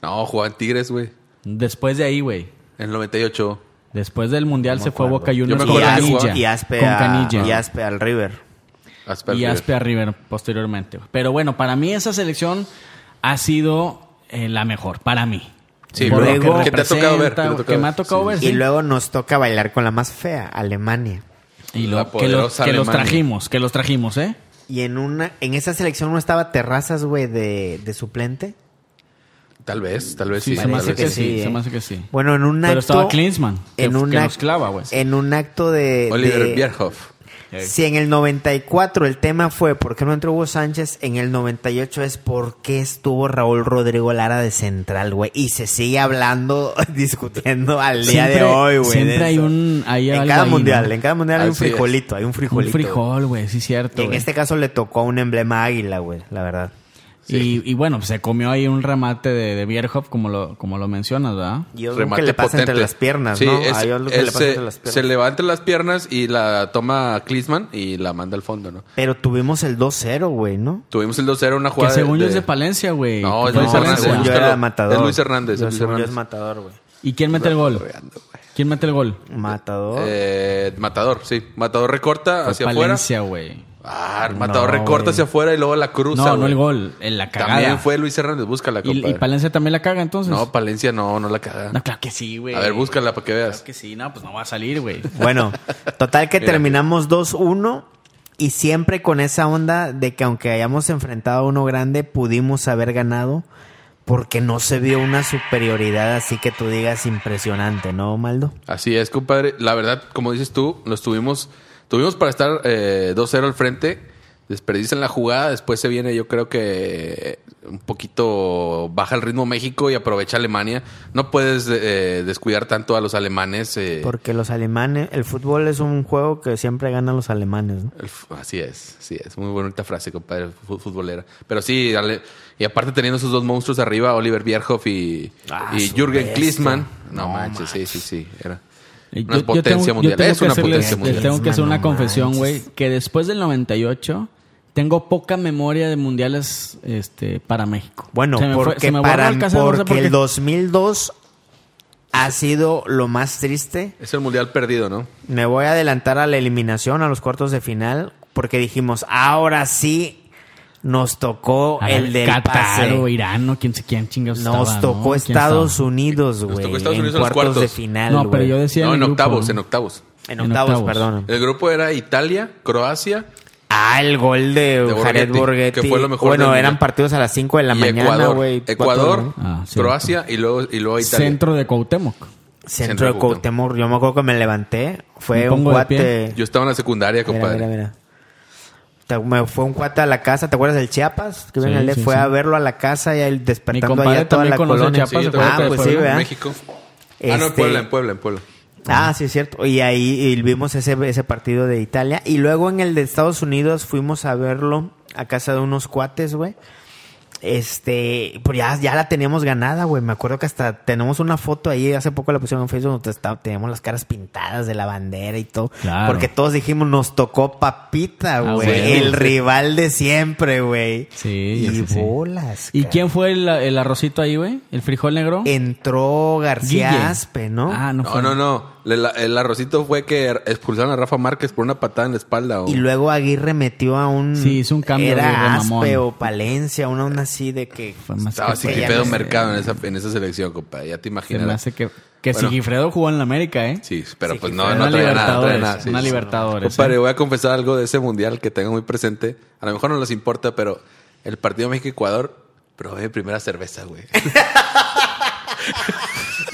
No, jugaban Tigres, güey. Después de ahí, güey. En el 98. Después del Mundial se fue a Boca Yo me Juniors acuerdo con que Aspe- jugaba- Canilla. y Aspe con a- Canilla. y Aspe al River. Asper y River. Aspe a River posteriormente. güey. Pero bueno, para mí esa selección ha sido eh, la mejor, para mí. Sí, Por lo luego- que ¿Qué te ha representa, tocado ver? ¿Qué te ha güey, tocado que me ha ver? tocado Sí. ver, sí. Y luego nos toca bailar con la más fea, Alemania. Y lo- La que, los, poderosa que los Alemania. trajimos, que los trajimos, ¿eh? Y en una, en esa selección no estaba Terrazas, güey, de, de suplente. Tal vez, tal vez Sí, sí. se tal me hace vez que sí. sí, ¿eh? se me hace que sí. Bueno, en un Pero acto. estaba Klinsmann, que- en un que ac- nos clava, güey. En un acto de. Oliver de- Bierhoff. Si en el 94 el tema fue por qué no entró Hugo Sánchez, en el 98 es por qué estuvo Raúl Rodrigo Lara de central, güey. Y se sigue hablando, *laughs* discutiendo al día Siempre- de hoy, güey. siempre de hay eso. un- hay en algo cada ahí, mundial, ¿no? en cada mundial hay un Así es. frijolito, hay un Un frijolito. frijol, güey, sí, Y cierto. en güey. este caso le tocó a un emblema águila, güey, la verdad. y, y bueno, pues, se comió ahí un ramate de, de Bierhoff, como lo, como lo mencionas, ¿verdad? Y otro que le pasa entre las piernas, Sí, ¿no? es- Hay otro que es- eh, le pasa se, entre las piernas. se le va entre las piernas y la toma Klinsmann y la manda al fondo, ¿no? Pero tuvimos el 2-0, güey, ¿no? Tuvimos el 2-0, una Que jugada. según yo es de Palencia, güey. No, es Fue Luis de Hernández. según Palencia. yo búscalo. era matador. Es Luis Hernández, Yo, es Luis según yo es Hernández. matador, güey. ¿Y quién mete el gol? ¿Quién mete el gol? Matador. Eh, matador, sí. Matador recorta Fue hacia Palencia, güey. afuera. Ah, matador No, recorta güey. hacia afuera y luego la cruza. No, no güey. el gol, en la cagada. También fue Luis Hernández, búscala, ¿Y, y compadre. Palencia también la caga entonces? No, Palencia no, no la caga. No, claro que sí, güey. A ver, búscala para que Claro veas. que sí, no, pues no va a salir, *laughs* güey. Bueno, total que Mira. terminamos 2-1 y siempre con esa onda de que aunque hayamos enfrentado a uno grande, pudimos haber ganado porque no se vio una superioridad así que tú digas impresionante, ¿no, Maldo? Así es, compadre. La verdad, como dices tú, los tuvimos, tuvimos para estar eh, 2-0 al frente. Desperdician la jugada. Después se viene, yo creo que un poquito baja el ritmo México y aprovecha Alemania. No puedes eh, descuidar tanto a los alemanes. eh, Porque los alemanes, el fútbol es un juego que siempre ganan los alemanes, ¿no? el fu- así es, así es. Muy bonita frase, compadre, fu- futbolera. Pero sí, ale- y aparte teniendo esos dos monstruos arriba, Oliver Bierhoff y, Ah, y su Jürgen bestia. Klinsmann. No, No manches, sí, sí, sí. Era Eh, una potencia tengo- yo mundial. tengo Es que una hacerles- potencia mundial. Les tengo que hacer una No confesión, güey. manches. Que después del 98 tengo poca memoria de mundiales este, para México. Bueno, Se me fue- porque, se me borró para, el cassette, no sé porque por qué. el 2002 ha sido lo más triste Es el mundial perdido, ¿no? Me voy a adelantar a la eliminación, a los cuartos de final, porque dijimos, ahora sí nos tocó A ver, el del Qatar pase. o Irán o quién, sé- quién chingados Nos estaba, tocó ¿no? ¿Quién Estados estaba? Unidos, Nos güey. tocó Estados en Unidos en los cuartos, de cuartos. final, No, pero güey. yo decía no, en el grupo, octavos, ¿no? en octavos. en En octavos, octavos. perdón. El grupo era Italia, Croacia Ah, el gol de, Borghetti, Jared Borghetti. que fue lo mejor bueno, del eran mundial. partidos a las 5 de la y mañana, Ecuador. güey. cuatro, Ecuador, ¿no? Ah, cierto. Croacia y luego, y luego Italia. Centro de Cuauhtémoc. Centro de Centro de Cuauhtémoc. Yo me acuerdo que me levanté. Fue Me un pongo de pie. guate. Yo estaba en la secundaria, Mira, compadre. mira, mira. Te- me fue un cuate a la casa, ¿te acuerdas del Chiapas? Que viene Sí, al DF, sí, fue sí. a verlo a la casa y él despertando compadre allá toda también la conoce colonia. Chiapas, Sí, yo ah, también pues de sí, Puebla, ¿verdad? México. Ah, no, en Este, Puebla, en Puebla, en Puebla. Ah, sí, es cierto. Y ahí y vimos ese, ese partido de Italia. Y luego en el de Estados Unidos fuimos a verlo a casa de unos cuates, güey. Este, pues ya, ya la teníamos ganada, güey. Me acuerdo que hasta tenemos una foto ahí, hace poco la pusieron en Facebook, donde está- teníamos las caras pintadas de la bandera y todo. Claro. Porque todos dijimos, nos tocó papita, Ah, güey. güey. el rival de siempre, güey. Sí, y sí, sí. bolas. ¿Y cara. quién fue el, el arrocito ahí, güey? ¿El frijol negro? Entró García Guille. Aspe, ¿no? Ah, no No, fue. no, no. Le- la- el arrocito fue que er- expulsaron a Rafa Márquez por una patada en la espalda. o- Y luego Aguirre metió a un. Sí, hizo un cambio, Aguirre, Era mamón. Aspe o Palencia, una onda así de que. Fue más Estaba así que- que ya pedo no sé. mercado en esa, en esa selección, compadre. Ya te Se me imaginas. hace que, que Bueno. Sigifredo jugó en la América, ¿eh? Sí, pero Sí, pues que no, Era no una traía nada. no traía Libertadores. nada. Sí, una sí, sí. Libertadores. Compadre, ¿eh? voy a confesar algo de ese mundial que tengo muy presente. A lo mejor no les importa, pero el partido México-Ecuador probé mi primera *laughs* cerveza, güey.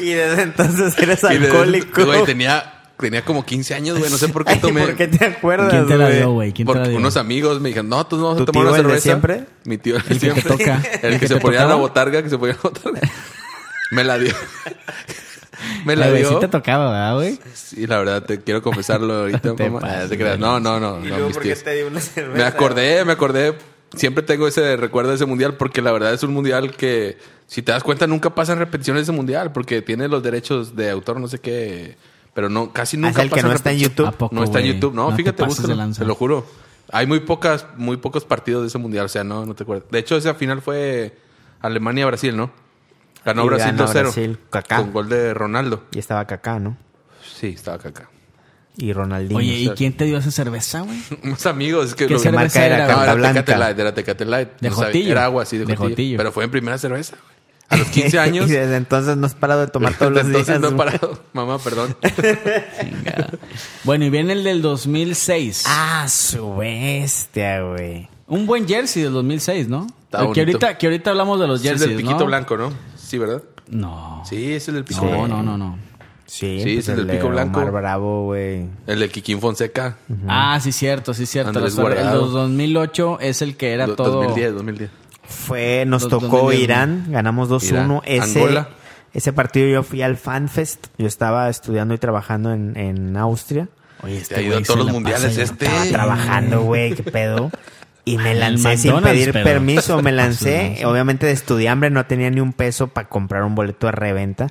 Y desde entonces eres *laughs* Y de- alcohólico. Güey, tenía, tenía como 15 años, güey. No sé por *laughs* qué Ay, tomé. ¿Por qué te acuerdas? ¿Quién te la dio, güey? ¿Quién te Porque la dio? unos amigos me dijeron, no, tú no vas a ¿Tu tomar tío, una el de cerveza. siempre? Mi tío, el, El que te siempre. toca. *laughs* El que, ¿El que se te ponía la tocaba? botarga, que se ponía la *laughs* botarga. me la dio. *laughs* me la Ay, güey, dio. sí te tocaba, ¿verdad, güey? Sí, la verdad, te quiero confesarlo *laughs* ahorita, Te mamá. Ah, pasas, Te creas. No, no, no. Y no, luego, mis ¿por qué tíos. te dio una cerveza? Me acordé, me acordé. Siempre tengo ese recuerdo de ese mundial porque la verdad es un mundial que, si te das cuenta, nunca pasan repeticiones de ese mundial porque tiene los derechos de autor, no sé qué. Pero no, Ah, casi es nunca Ah, el que pasan no está en repeticiones. YouTube. ¿A poco, no está en güey? YouTube. No, No te fíjate, pases de búscalo, lanza. Te lo juro. Hay muy pocas, muy pocos partidos de ese mundial. O sea, no, no te acuerdas. De hecho, esa final fue Alemania-Brasil, ¿no? Ganó Y Brasil ganó 2-0. Brasil, Kaká. Con gol de Ronaldo. Y estaba Kaká, ¿no? Sí, estaba caca. Y Ronaldinho. Oye, ¿y sé. quién te dio esa cerveza, güey? Unos amigos. es que ¿Qué lo- ¿Qué marca cerveza era? era, No, Carta era Tecate Blanca. Light, era Tecate Light. De No sabía, Jotillo. Era agua, sí, de, De Jotillo. Jotillo. Pero fue en primera cerveza, güey. *laughs* A los 15 *laughs* años. y *laughs* desde entonces no has parado de tomar todos los Entonces días. no he güey. parado. *laughs* Mamá, perdón. Chingada. bueno, y viene el del 2006. Ah, su bestia, güey. Un buen jersey del 2006, ¿no? Está que, bonito. ahorita, que ahorita hablamos de los Sí, es jerseys, el del piquito ¿no? blanco, ¿no? Sí, ¿verdad? No. Sí, es el del piquito No, blanco. no, no, no. Sí, pues Sí, es el del de pico blanco. Omar Bravo, güey. El de Kikín Fonseca. Ah, sí, cierto, sí, cierto. Andrés Los- Guardado. los 2008 es el que era Do- todo. 2010, 2010. Fue, nos Dos- tocó 2010, Irán, ganamos 2-1. Irán. Ese, Angola. ese partido yo fui al FanFest. Yo estaba estudiando y trabajando en, en Austria. Oye, este Te ayudó güey a se todos la los mundiales pasa y este. la pasa. Ay, Trabajando, güey, qué pedo. Y me el lancé sin McDonald's, pedir pero- *laughs* permiso, me Sí, lancé. sí. Obviamente de estudiambre no tenía ni un peso para comprar un boleto de reventa.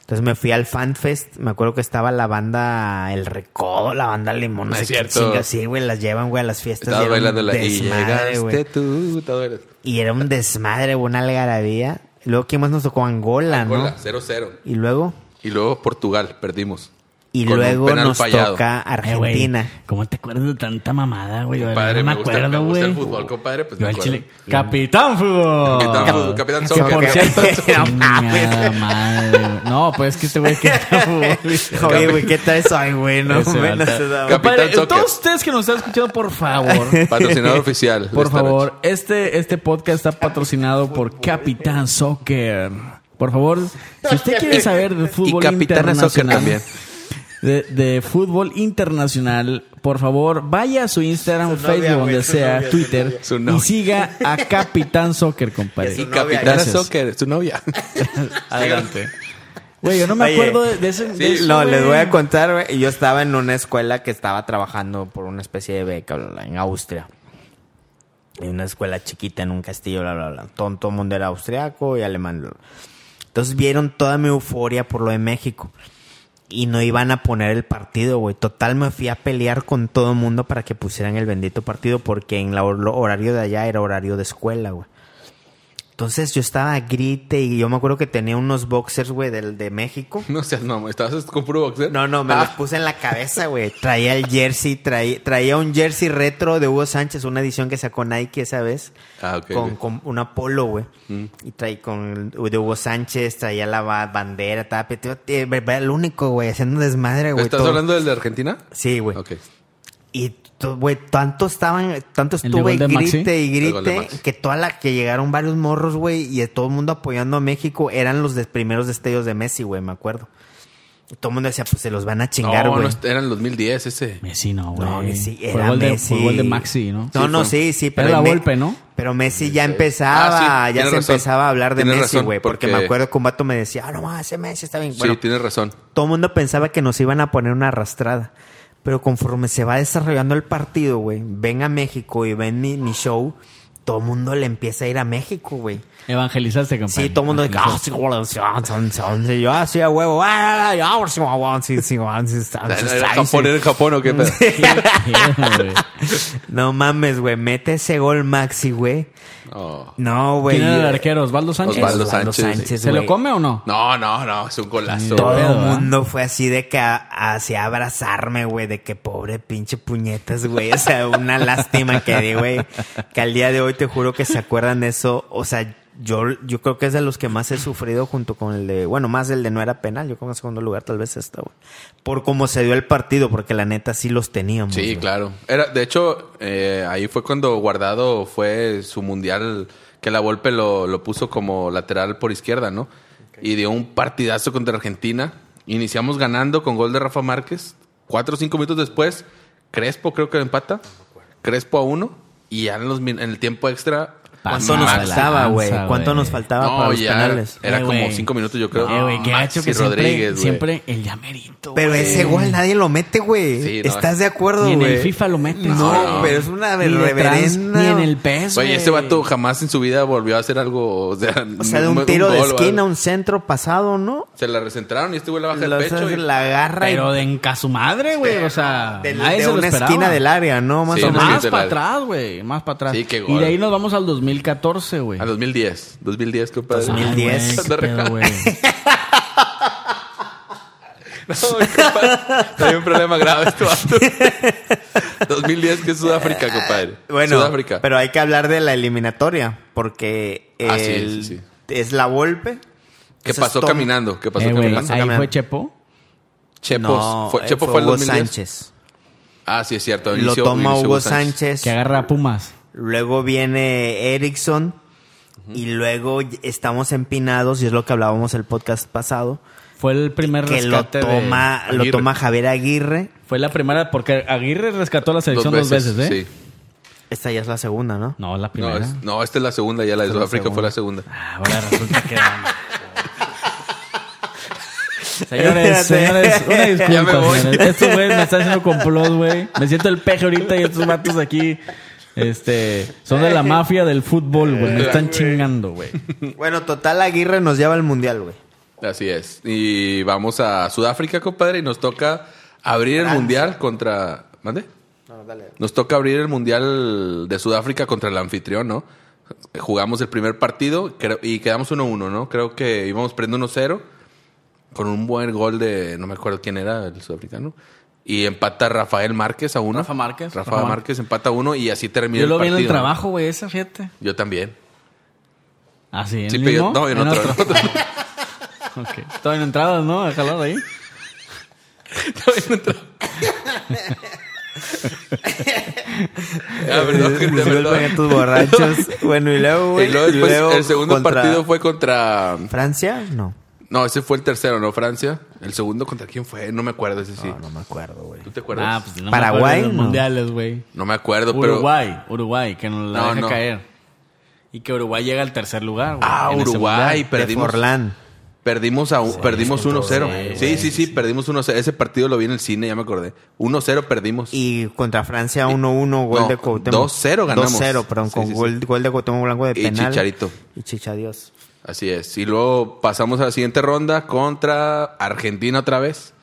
Entonces me fui al FanFest, me acuerdo que estaba la banda El Recodo, la banda Limón, no No sé Ah, es qué cierto. chingas. sí, güey, las llevan, güey, a las fiestas. Estabas y era un bailando la y desmadre, güey. llegaste tú. todo era- Y era un desmadre, güey, una algarabía. Luego, ¿quién más nos tocó? Angola, Angola, ¿no? 0-0. Y luego, Y luego Portugal, perdimos. y Con un luego penal nos fallado. toca Eh, güey, Argentina. *laughs* ¿Cómo te acuerdas de tanta mamada, güey? Yo no Compadre, me, me gusta- acuerdo, me güey. gusta el fútbol, compadre, pues Yo me al acuerdo. chile. ¡Capitán fútbol! Capitán fútbol, capitán Que soccer, por capitán cierto- soccer. *laughs* *laughs* No mames. Chingada madre, güey. No, pues es que este güey que *laughs* Oye, güey, ¿qué tal soy, güey? No, Ese güey, no vato. se da. Cap- Compadre, Soccer. todos ustedes que nos están escuchando, por favor. *laughs* Patrocinador *laughs* oficial. de Por esta noche. favor, este, este podcast está patrocinado por Capitán Soccer. Por favor, si *laughs* usted quiere saber de Y fútbol Capitana Soccer internacional, también. de, de fútbol internacional, por favor, vaya a su Instagram, Su novia, Facebook, güey, donde su sea, novia, su Twitter, Su y novia. siga a *laughs* Capitán Soccer, Que compadre. su Y novia, Capitana gracias. Soccer, *laughs* tu novia. Adelante. Güey, yo no me Oye, acuerdo de, de ese. de sí, eso, No, güey. les voy a contar, güey. Yo estaba en una escuela que estaba trabajando por una especie de beca, bla, bla, en Austria. En una escuela chiquita, en un castillo, bla, bla, bla. Todo, todo el mundo era austriaco y alemán. bla, bla. Entonces vieron toda mi euforia por lo de México. Y no iban a poner el partido, güey. Total, me fui a pelear con todo el mundo para que pusieran el bendito partido, porque en la hor- lo horario de allá era horario de escuela, güey. Entonces yo estaba a grite y yo me acuerdo que tenía unos boxers, güey, del de México. No seas, no, estabas con puro boxer. No, no, me Ah, los puse en la cabeza, güey. Traía el jersey, traía, traía un jersey retro de Hugo Sánchez, una edición que sacó Nike esa vez. Ah, ok, Con, ok. con una polo, güey. Y traía con el de Hugo Sánchez, traía la ba- bandera, estaba pete- eh, Era el único, güey, haciendo desmadre, güey. ¿Estás todo. hablando del de Argentina? Sí, güey. Ok. Y, to- güey, tanto estaban, tanto ¿El de estuve gol de Maxi? grite y El gol de grite Maxi. que toda la que llegaron varios morros, güey, y todo el mundo apoyando a México eran los des- primeros destellos de Messi, güey, me acuerdo. Y todo el mundo decía, pues se los van a chingar, no, güey. no, era en el 2010 ese. Messi no, güey. No, Messi Fue era gol de, Messi. fue gol de Maxi, ¿no? No, Sí, no, fue- sí, sí. Era la Me- Volpe, ¿no? Pero Messi ya empezaba, Ah, sí, ya se tienes razón. empezaba a hablar de Tienes Messi, razón, güey. Porque... porque- me acuerdo que un vato me decía, ah, no, más, ese Messi está bien. Sí, Bueno, tienes razón. todo el mundo pensaba que nos iban a poner una arrastrada. Pero conforme se va desarrollando el partido, güey, ven a México y ven mi, mi show, todo el mundo le empieza a ir a México, güey. Evangelizaste, compadre. Sí, todo el mundo dice, ah, *laughs* sí, güey, sí, ah, sí, sí, sí". Y yo, ah, sí, a huevo, ah, ah, sí, ah, sí, sí, ah, sí, sí, ah, sí, sí, ¿Era sí". Japón, era en Japón o qué pedo? *laughs* Güey. No mames, güey, mete ese gol Maxi, güey. Oh. No, güey. eh, ¿Quién era el arquero? ¿Osvaldo Sánchez? Osvaldo Sánchez. ¿Se lo güey. come o no? No, no, no, es un golazo. Todo Pedo, el ¿verdad? mundo fue así de que a- hacia abrazarme, güey, de que pobre pinche puñetas, güey. O *laughs* sea, una lástima que di, güey. Que al día de hoy te juro que se acuerdan de eso. O sea, yo, yo creo que es de los que más he sufrido junto con el de, bueno, más el de no era penal. Yo creo que en segundo lugar tal vez esta, güey. Por cómo se dio el partido, porque la neta sí los teníamos. Sí, güey. claro. Era, de hecho, eh, ahí fue cuando Guardado fue su mundial que la Volpe lo, lo puso como lateral por izquierda, ¿no? Y dio un partidazo contra Argentina. Iniciamos ganando con gol de Rafa Márquez. Cuatro o cinco minutos después, Crespo creo que lo empata. Crespo a uno. Y ya en, los, min- en el tiempo extra. ¿Cuánto nos Max- Mala faltaba, güey? lanza, ¿Cuánto güey. nos faltaba No, para los ya penales? Era Eh, como güey. cinco minutos, yo creo. Eh, güey, qué Maxi gacho que siempre- Rodríguez, güey. siempre, el llamerito. Pero güey. ese gol nadie lo mete, güey. Sí, no. ¿Estás de acuerdo, Ni güey? en el FIFA lo metes. No, no. pero es una Ni de trans, reverenda. este Ni en el PES, Oye, ese güey. vato jamás en su vida volvió a hacer algo. O sea, O sea, de un tiro de esquina, un centro pasado, ¿no? Se la recentraron y este güey la baja Lo el pecho. haces, y- la agarra Pero y de en su madre, güey. O sea, de, nadie de se lo una esperaba. esquina del área, ¿no? Más Sí, o una menos. Más del para área. atrás, güey. Más para atrás. Sí, qué Y gol. de ahí nos vamos al 2014, güey. A 2010. 2010, compadre. 2010. Ay, güey, qué pedo, güey. *laughs* No, compadre. Hay un problema grave este vato. *laughs* 2010, que es Sudáfrica, compadre. Ah, Bueno, Sudáfrica. pero hay que hablar de la eliminatoria, porque Ah, sí, el- sí, sí. es la golpe. que pasó caminando. Que pasó Eh, güey, caminando. ahí caminando. fue Chepo. Chepos. No, fue, eh, Chepo fue, el Hugo 2010. Sánchez. Ah, sí, es cierto. Lo inició- toma inició Hugo Sánchez. Que agarra a Pumas. Luego viene Erickson. Y luego estamos empinados, y es lo que hablábamos el podcast pasado, Fue el primer que lo rescate de- toma, lo Aguirre. toma Javier Aguirre. Fue la primera, porque Aguirre rescató la selección dos veces, ¿eh? Sí. Esta ya es la segunda, ¿no? No, la No, primera. Ah, es- no, esta es la segunda, ya la de Esta es la Sudáfrica fue la segunda. Ahora resulta que... *laughs* Señores, señores, una disculpa. Ya me voy. señores. Estos güeyes me están haciendo complot, güey. Me siento el peje ahorita y estos vatos aquí este, son de la mafia del fútbol, güey. Me están chingando, güey. Bueno, total, Aguirre nos lleva al mundial, güey. Así es. Y vamos a Sudáfrica, compadre, y nos toca abrir el mundial contra. ¿Mande? Nos toca abrir el mundial de Sudáfrica contra el anfitrión, ¿no? Jugamos el primer partido creo- y quedamos 1-1, ¿no? Creo que íbamos perdiendo 1-0 con un buen gol de. No me acuerdo quién era el sudafricano. Y empata Rafael Márquez a uno. Rafa Márquez. Rafa, Rafa Márquez empata a uno y así termina Yo el lo vi en partido. el ¿no? trabajo, güey, ese, fíjate. Yo también. Ah, sí, en Sí, el pero yo, mismo? no, en otro, en otro. Ok. Todavía no entrabas, ¿no? A jalar ahí. *laughs* Ah, *laughs* *laughs* perdón, gente, Disculpen perdón. estos borrachos. Bueno, y luego, güey. *laughs* Y luego y después, luego el segundo contra partido fue contra. ¿Francia? No. No, ese fue el tercero, ¿no? Francia. El segundo contra quién fue, no me acuerdo, ese sí. No, no me acuerdo, güey. ¿Tú te acuerdas? Ah, pues no me Paraguay, acuerdo de los no. mundiales, güey. No me acuerdo, pero. Uruguay, Uruguay, que nos la No, deja no. caer. Y que Uruguay llega al tercer lugar, güey. Ah, en ese Uruguay, mundial. perdimos. De Forlán. Perdimos a un- perdimos contra 1-0. Uruguay, Sí, güey, sí, sí, perdimos 1-0. Ese partido lo vi en el cine, ya me acordé. 1-0 perdimos. Y contra Francia 1-1, gol No, de Cuauhtémoc. 2-0 ganamos. 2-0, perdón, Sí, con sí, sí. Gol, gol de Cuauhtémoc Blanco de Y penal. Chicharito. Y Chichadios. Así es. Y luego pasamos a la siguiente ronda contra Argentina otra vez.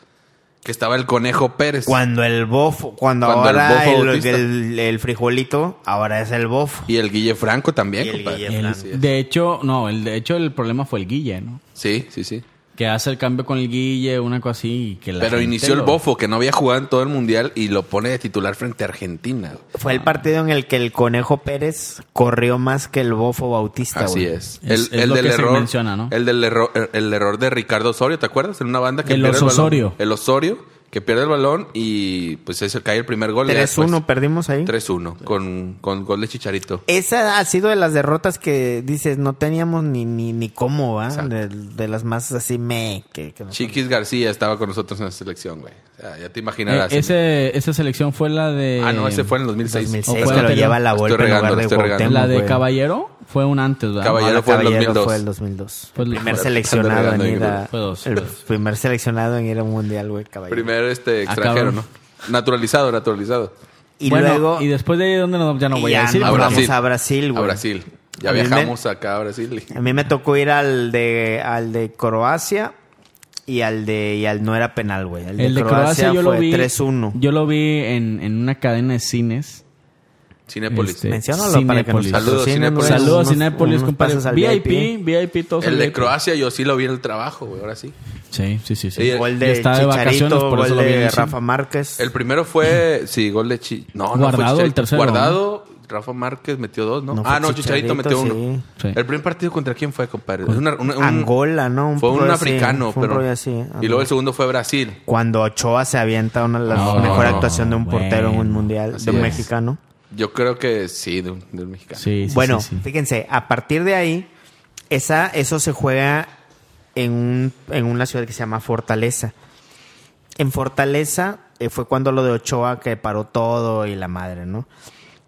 Que estaba el Conejo Pérez. Cuando el bofo, cuando, Cuando el ahora Bofo el, Bautista. el- el frijolito, ahora es el bofo. Y el Guille Franco también, Y el compadre. Guille El- Así es. de hecho, no, el, de hecho el problema fue el Guille, ¿no? Sí, sí, sí. Que hace el cambio con el Guille, una cosa así. y que la Pero gente inició el lo- Bofo, que no había jugado en todo el mundial, y lo pone de titular frente a Argentina. güey. Fue el partido en el que el Conejo Pérez corrió más que el bofo Bautista, güey. Así es. Es- es El, el lo del que se error. menciona, ¿no? El del error, el error de Ricardo Osorio, ¿te acuerdas? En una banda que El pierde Oso el balón. Osorio. El Osorio, que pierde el balón y pues ese cae el primer gol. ya 3-1 después. perdimos ahí. 3-1, con, con gol de Chicharito. Esa ha sido de las derrotas que dices, no teníamos ni, ni, ni cómo, ¿va? Exacto. De, de las más así me. Que, que nos- Chiquis García estaba con nosotros en la selección, güey. O sea, ya te Eh, imaginarás. ese, esa selección fue la de... Ah, no, ese fue en el 2006. 2006 O fue que lo anterior. lleva la Estoy Volpe en regando, lugar de estoy regando. Cuauhtémoc, La de güey. Caballero fue un antes, ¿verdad? Caballero. No, fue el Caballero 2002. fue el 2002. Fue el- el primer fue- seleccionado regando en ahí, ir a- fue dos. El primer seleccionado en ir a un mundial, güey, Caballero. Primer este, extranjero, Ah, cabrón. ¿no? Naturalizado, naturalizado. Y Bueno, luego y después de ahí, ¿dónde nos- Ya no y voy ya a decir. nos A porque- vamos Brasil. a Brasil, A güey. Brasil. Ya A mí me- viajamos acá a Brasil. A mí me tocó ir al de al de Croacia y al de y al no era penal, güey. El, de Croacia, yo lo fue vi. 3-1. Yo lo vi en, en una cadena de cines. Cinépolis. Este, Menciónalo para que nos Cinépolis. Saludos, patrocinen, Cinépolis. güey. Unos- Saludos a Unos- Cinépolis, unos compadre. pases al VIP, VIP, todos El de VIP. Croacia yo sí lo vi en el trabajo, güey, ahora sí. Sí, sí, sí. sí. Sí, el- Gol Ya de estaba de vacaciones, Chicharito, por eso gol lo vi en de el cine. Rafa Márquez. El *clears throat* primero fue, sí, gol de Chi. No, no Guardado, fue Chicharito. el tercero, Guardado, Rafa Márquez metió dos, ¿no? No fue ah, no, Chicharito, Chicharito, metió sí. uno. Sí. El primer partido contra quién fue, compadre. Es una- una- un- Angola, ¿no? Un fue un rollo así, africano, fue un pero. rollo así, ah, y luego no. el segundo fue Brasil. Cuando Ochoa se avienta una de las No, mejor no, actuación de un bueno. portero en un mundial, Así de un es. mexicano. Yo creo que sí, de un- del, mexicano. Sí, sí, bueno, eh, sí, sí. fíjense, a partir de ahí, esa, eso se juega en, un- en una ciudad que se llama Fortaleza. En Fortaleza eh, fue cuando lo de Ochoa que paró todo y la madre, ¿no?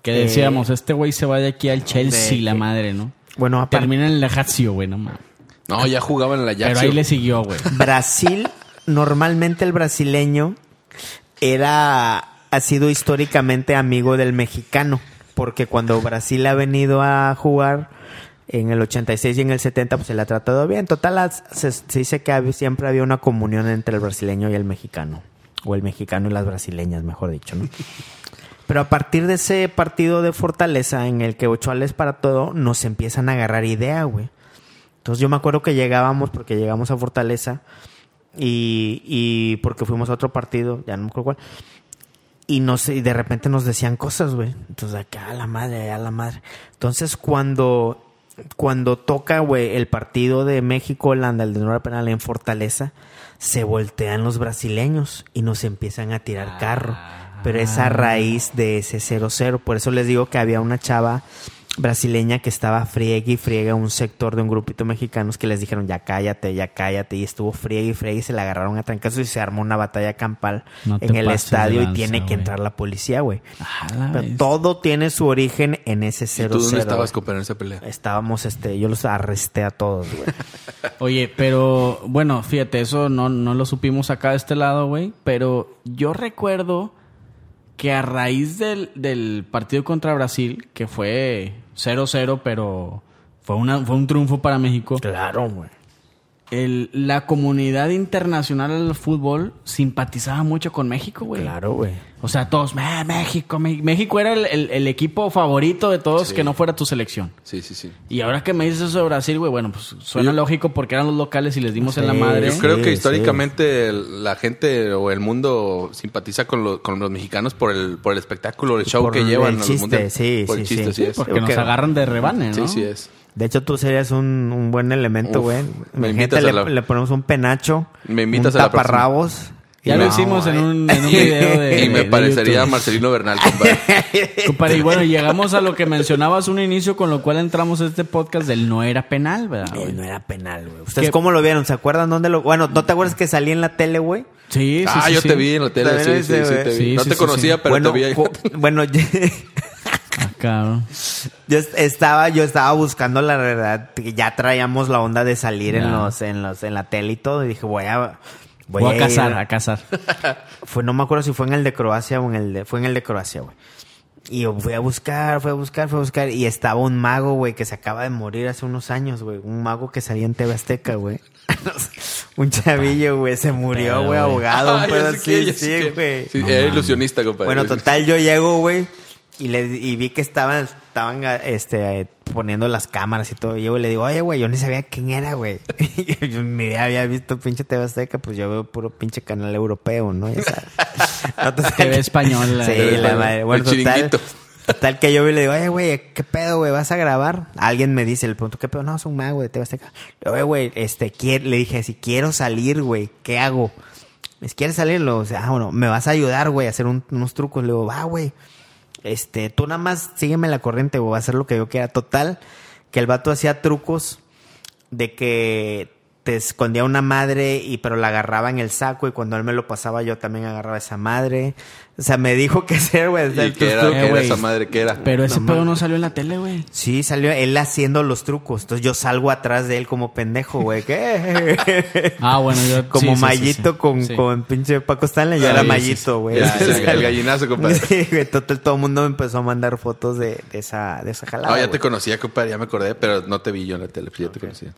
Que decíamos, este güey se va de aquí al Chelsea, de- la madre, ¿no? Bueno, aparte- Termina en el Lazio, güey, no mames. No, ya jugaban en la Ajax. Pero ahí le siguió, *laughs* güey. Brasil, normalmente el brasileño era, ha sido históricamente amigo del mexicano, porque cuando Brasil ha venido a jugar en el 86 y en el 70, pues se le ha tratado bien. Total, as- se, se dice que hab- siempre había una comunión entre el brasileño y el mexicano, o el mexicano y las brasileñas, mejor dicho, ¿no? Pero a partir de ese partido de Fortaleza en el que Ochoa es para todo, nos empiezan a agarrar idea, güey. Entonces yo me acuerdo que llegábamos, porque llegamos a Fortaleza, y, y porque fuimos a otro partido, ya no me acuerdo cuál, y, nos, y de repente nos decían cosas, güey. Entonces acá, a la madre, a la madre. Entonces cuando, cuando toca, güey, el partido de México-Holanda, el de Nueva Penal en Fortaleza, se voltean los brasileños y nos empiezan a tirar carro. Pero es a raíz de ese 0-0. Por eso les digo que había una chava brasileña que estaba friegue y friega un sector de un grupito de mexicanos que les dijeron ya cállate, ya cállate y estuvo friegue y friegue y se la agarraron a trancazos y se armó una batalla campal No te en el pases de estadio y lanza, tiene que güey. Ah, entrar la policía, güey. A la Pero vez. todo tiene su origen en ese ¿Y 0 tú dónde eh. estabas, compadre, en esa pelea? Estábamos, este, yo los arresté a todos, *laughs* güey. Oye, pero bueno, fíjate, eso no, no lo supimos acá de este lado, güey. Pero yo recuerdo que a raíz del, del partido contra Brasil, que fue 0-0, pero fue, una, fue un triunfo para México, claro, güey. el- la comunidad internacional del fútbol simpatizaba mucho con México, güey. Claro, güey. O sea, todos, "Ah, México, México. México era el, el- el equipo favorito de todos Sí. que no fuera tu selección. Sí, sí, sí. Y ahora que me dices eso de Brasil, güey, bueno, pues suena Yo- lógico porque eran los locales y les dimos en la Sí, madre. Yo creo Sí, que sí. históricamente el- la gente o el mundo simpatiza con, lo- con los mexicanos por el, por el espectáculo, el show Por que el llevan. al chiste, mundial. sí, por el sí, sí. chiste, sí. Sí, es. Porque Creo nos que- agarran de rebane, ¿no? Sí, sí es. De hecho, tú serías un, un buen elemento, Uf, güey. me Imagínate, invitas le, a la- le ponemos un penacho. Me invitas un a la próxima. taparrabos. Ya y eh, lo vamos, hicimos en güey. un, en un video de. eh. *laughs* Y me de parecería a YouTube. Marcelino Bernal, compadre. Compadre, y bueno, llegamos a lo que mencionabas un inicio, con lo cual entramos a este podcast del no era penal, ¿verdad? güey? Eh, No era penal, güey. ¿Ustedes ¿Qué? cómo lo vieron? ¿Se acuerdan dónde lo.? Bueno, ¿no te acuerdas que salí en la tele, güey? Sí, sí, ah, sí, yo sí. te vi en la tele. También Sí, sí, ese, sí, güey. te vi. Sí, no sí, te sí, conocía, sí. pero bueno, te vi ahí. jo- bueno *laughs* yo, Ah, cabrón. yo estaba, yo estaba buscando la verdad. que Ya traíamos la onda de salir en Ya. los, en los, en la tele y todo. Y dije, voy a. Voy, Voy a ir. cazar, a cazar. Fue, no me acuerdo si fue en el de Croacia o en el de. Fue en el de Croacia, güey. Y yo fui a buscar, fui a buscar, fui a buscar. Y estaba un mago, güey, que se acaba de morir hace unos años, güey. Un mago que salía en TV Azteca, güey. *laughs* No sé, un chavillo, güey, se murió, Pero, güey. güey, *laughs* ahogado. Ah, un ya pedo sé qué, así, ya sí, sé qué. güey. Sí, era ilusionista, compadre. Bueno, total, yo llego, güey, y, le- y vi que estaban, estaban este, eh, poniendo las cámaras y todo. Y yo le digo, oye, güey, yo ni sabía quién era, güey. *laughs* yo, yo ni idea había visto pinche TV Azteca, pues yo veo puro pinche canal europeo, ¿no? Ya sabes. No, total, TV española. Sí, TV la española. madre. Bueno, El total, chiringuito. total que yo vi y le digo, oye, güey, ¿qué pedo, güey? ¿Vas a grabar? Alguien me dice, le pregunto, ¿qué pedo? No, es un mago de TV Azteca. Le digo, Oye, güey, este, quie- le dije, si quiero salir, güey, ¿qué hago? Me dice, ¿quieres salir? Lo, ah, bueno, me vas a ayudar, güey, a hacer un- unos trucos. Le digo, va, güey. Este, tú nada más sígueme la corriente, güey, va a hacer lo que yo quiera. Total, que el vato hacía trucos de que te escondía una madre y pero la agarraba en el saco y cuando él me lo pasaba yo también agarraba esa madre. O sea, me dijo que hacer, güey. ¿Y hacer qué tus era, trucos. qué era güey. esa madre? ¿Qué era? Pero ese pedo no salió en la tele, güey. Sí, salió él haciendo los trucos. Entonces yo salgo atrás de él como pendejo, güey. ¿Qué? Ah, bueno, yo. como sí, sí, sí, Mallito sí. Con, Sí. con pinche Paco Stanley. Yo Sí, era sí, sí. Mallito, güey. Ya, el- el gallinazo, *laughs* compadre. Sí, güey. Total, todo el mundo me empezó a mandar fotos de, de esa, de esa jalada. No, ya te güey. conocía, compadre, ya me acordé, pero no te vi yo en la tele, pues ya te conocía.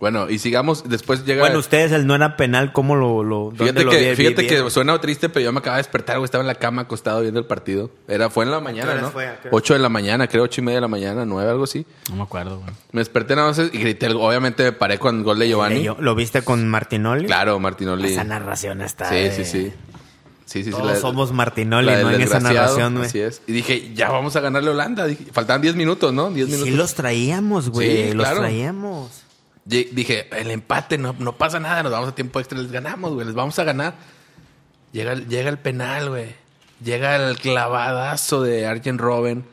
Bueno, y sigamos, después llega... Bueno, ustedes el no era penal, ¿cómo lo...? lo dónde Fíjate, lo que, vi- fíjate vi- que suena triste, pero yo me acababa de despertar, güey. Estaba en la cama acostado viendo el partido. Era, fue en la mañana, horas ¿no? fue? ¿A qué horas? Ocho de la mañana, creo, ocho y media de la mañana, nueve, algo así. No me acuerdo, güey. Me desperté nada más y grité. algo. Obviamente me paré con el gol de Giovanni. Yo- ¿Lo viste con Martinoli? Claro, Martinoli. Esa narración está... Sí, de- sí, sí. Sí, sí, sí. Todos la- somos Martinoli, la del ¿no? En esa desgraciado, narración, güey. Así es. Y dije, ya vamos a ganarle a Holanda. Dije, faltaban diez minutos, ¿no? Diez Y minutos. Sí los traíamos, güey. Sí, los claro. traíamos. Ye- Dije, el empate, no, no pasa nada, nos vamos a tiempo extra, les ganamos, güey, les vamos a ganar. Llega, el- llega el penal, güey. Llega el clavadazo de Arjen Robben.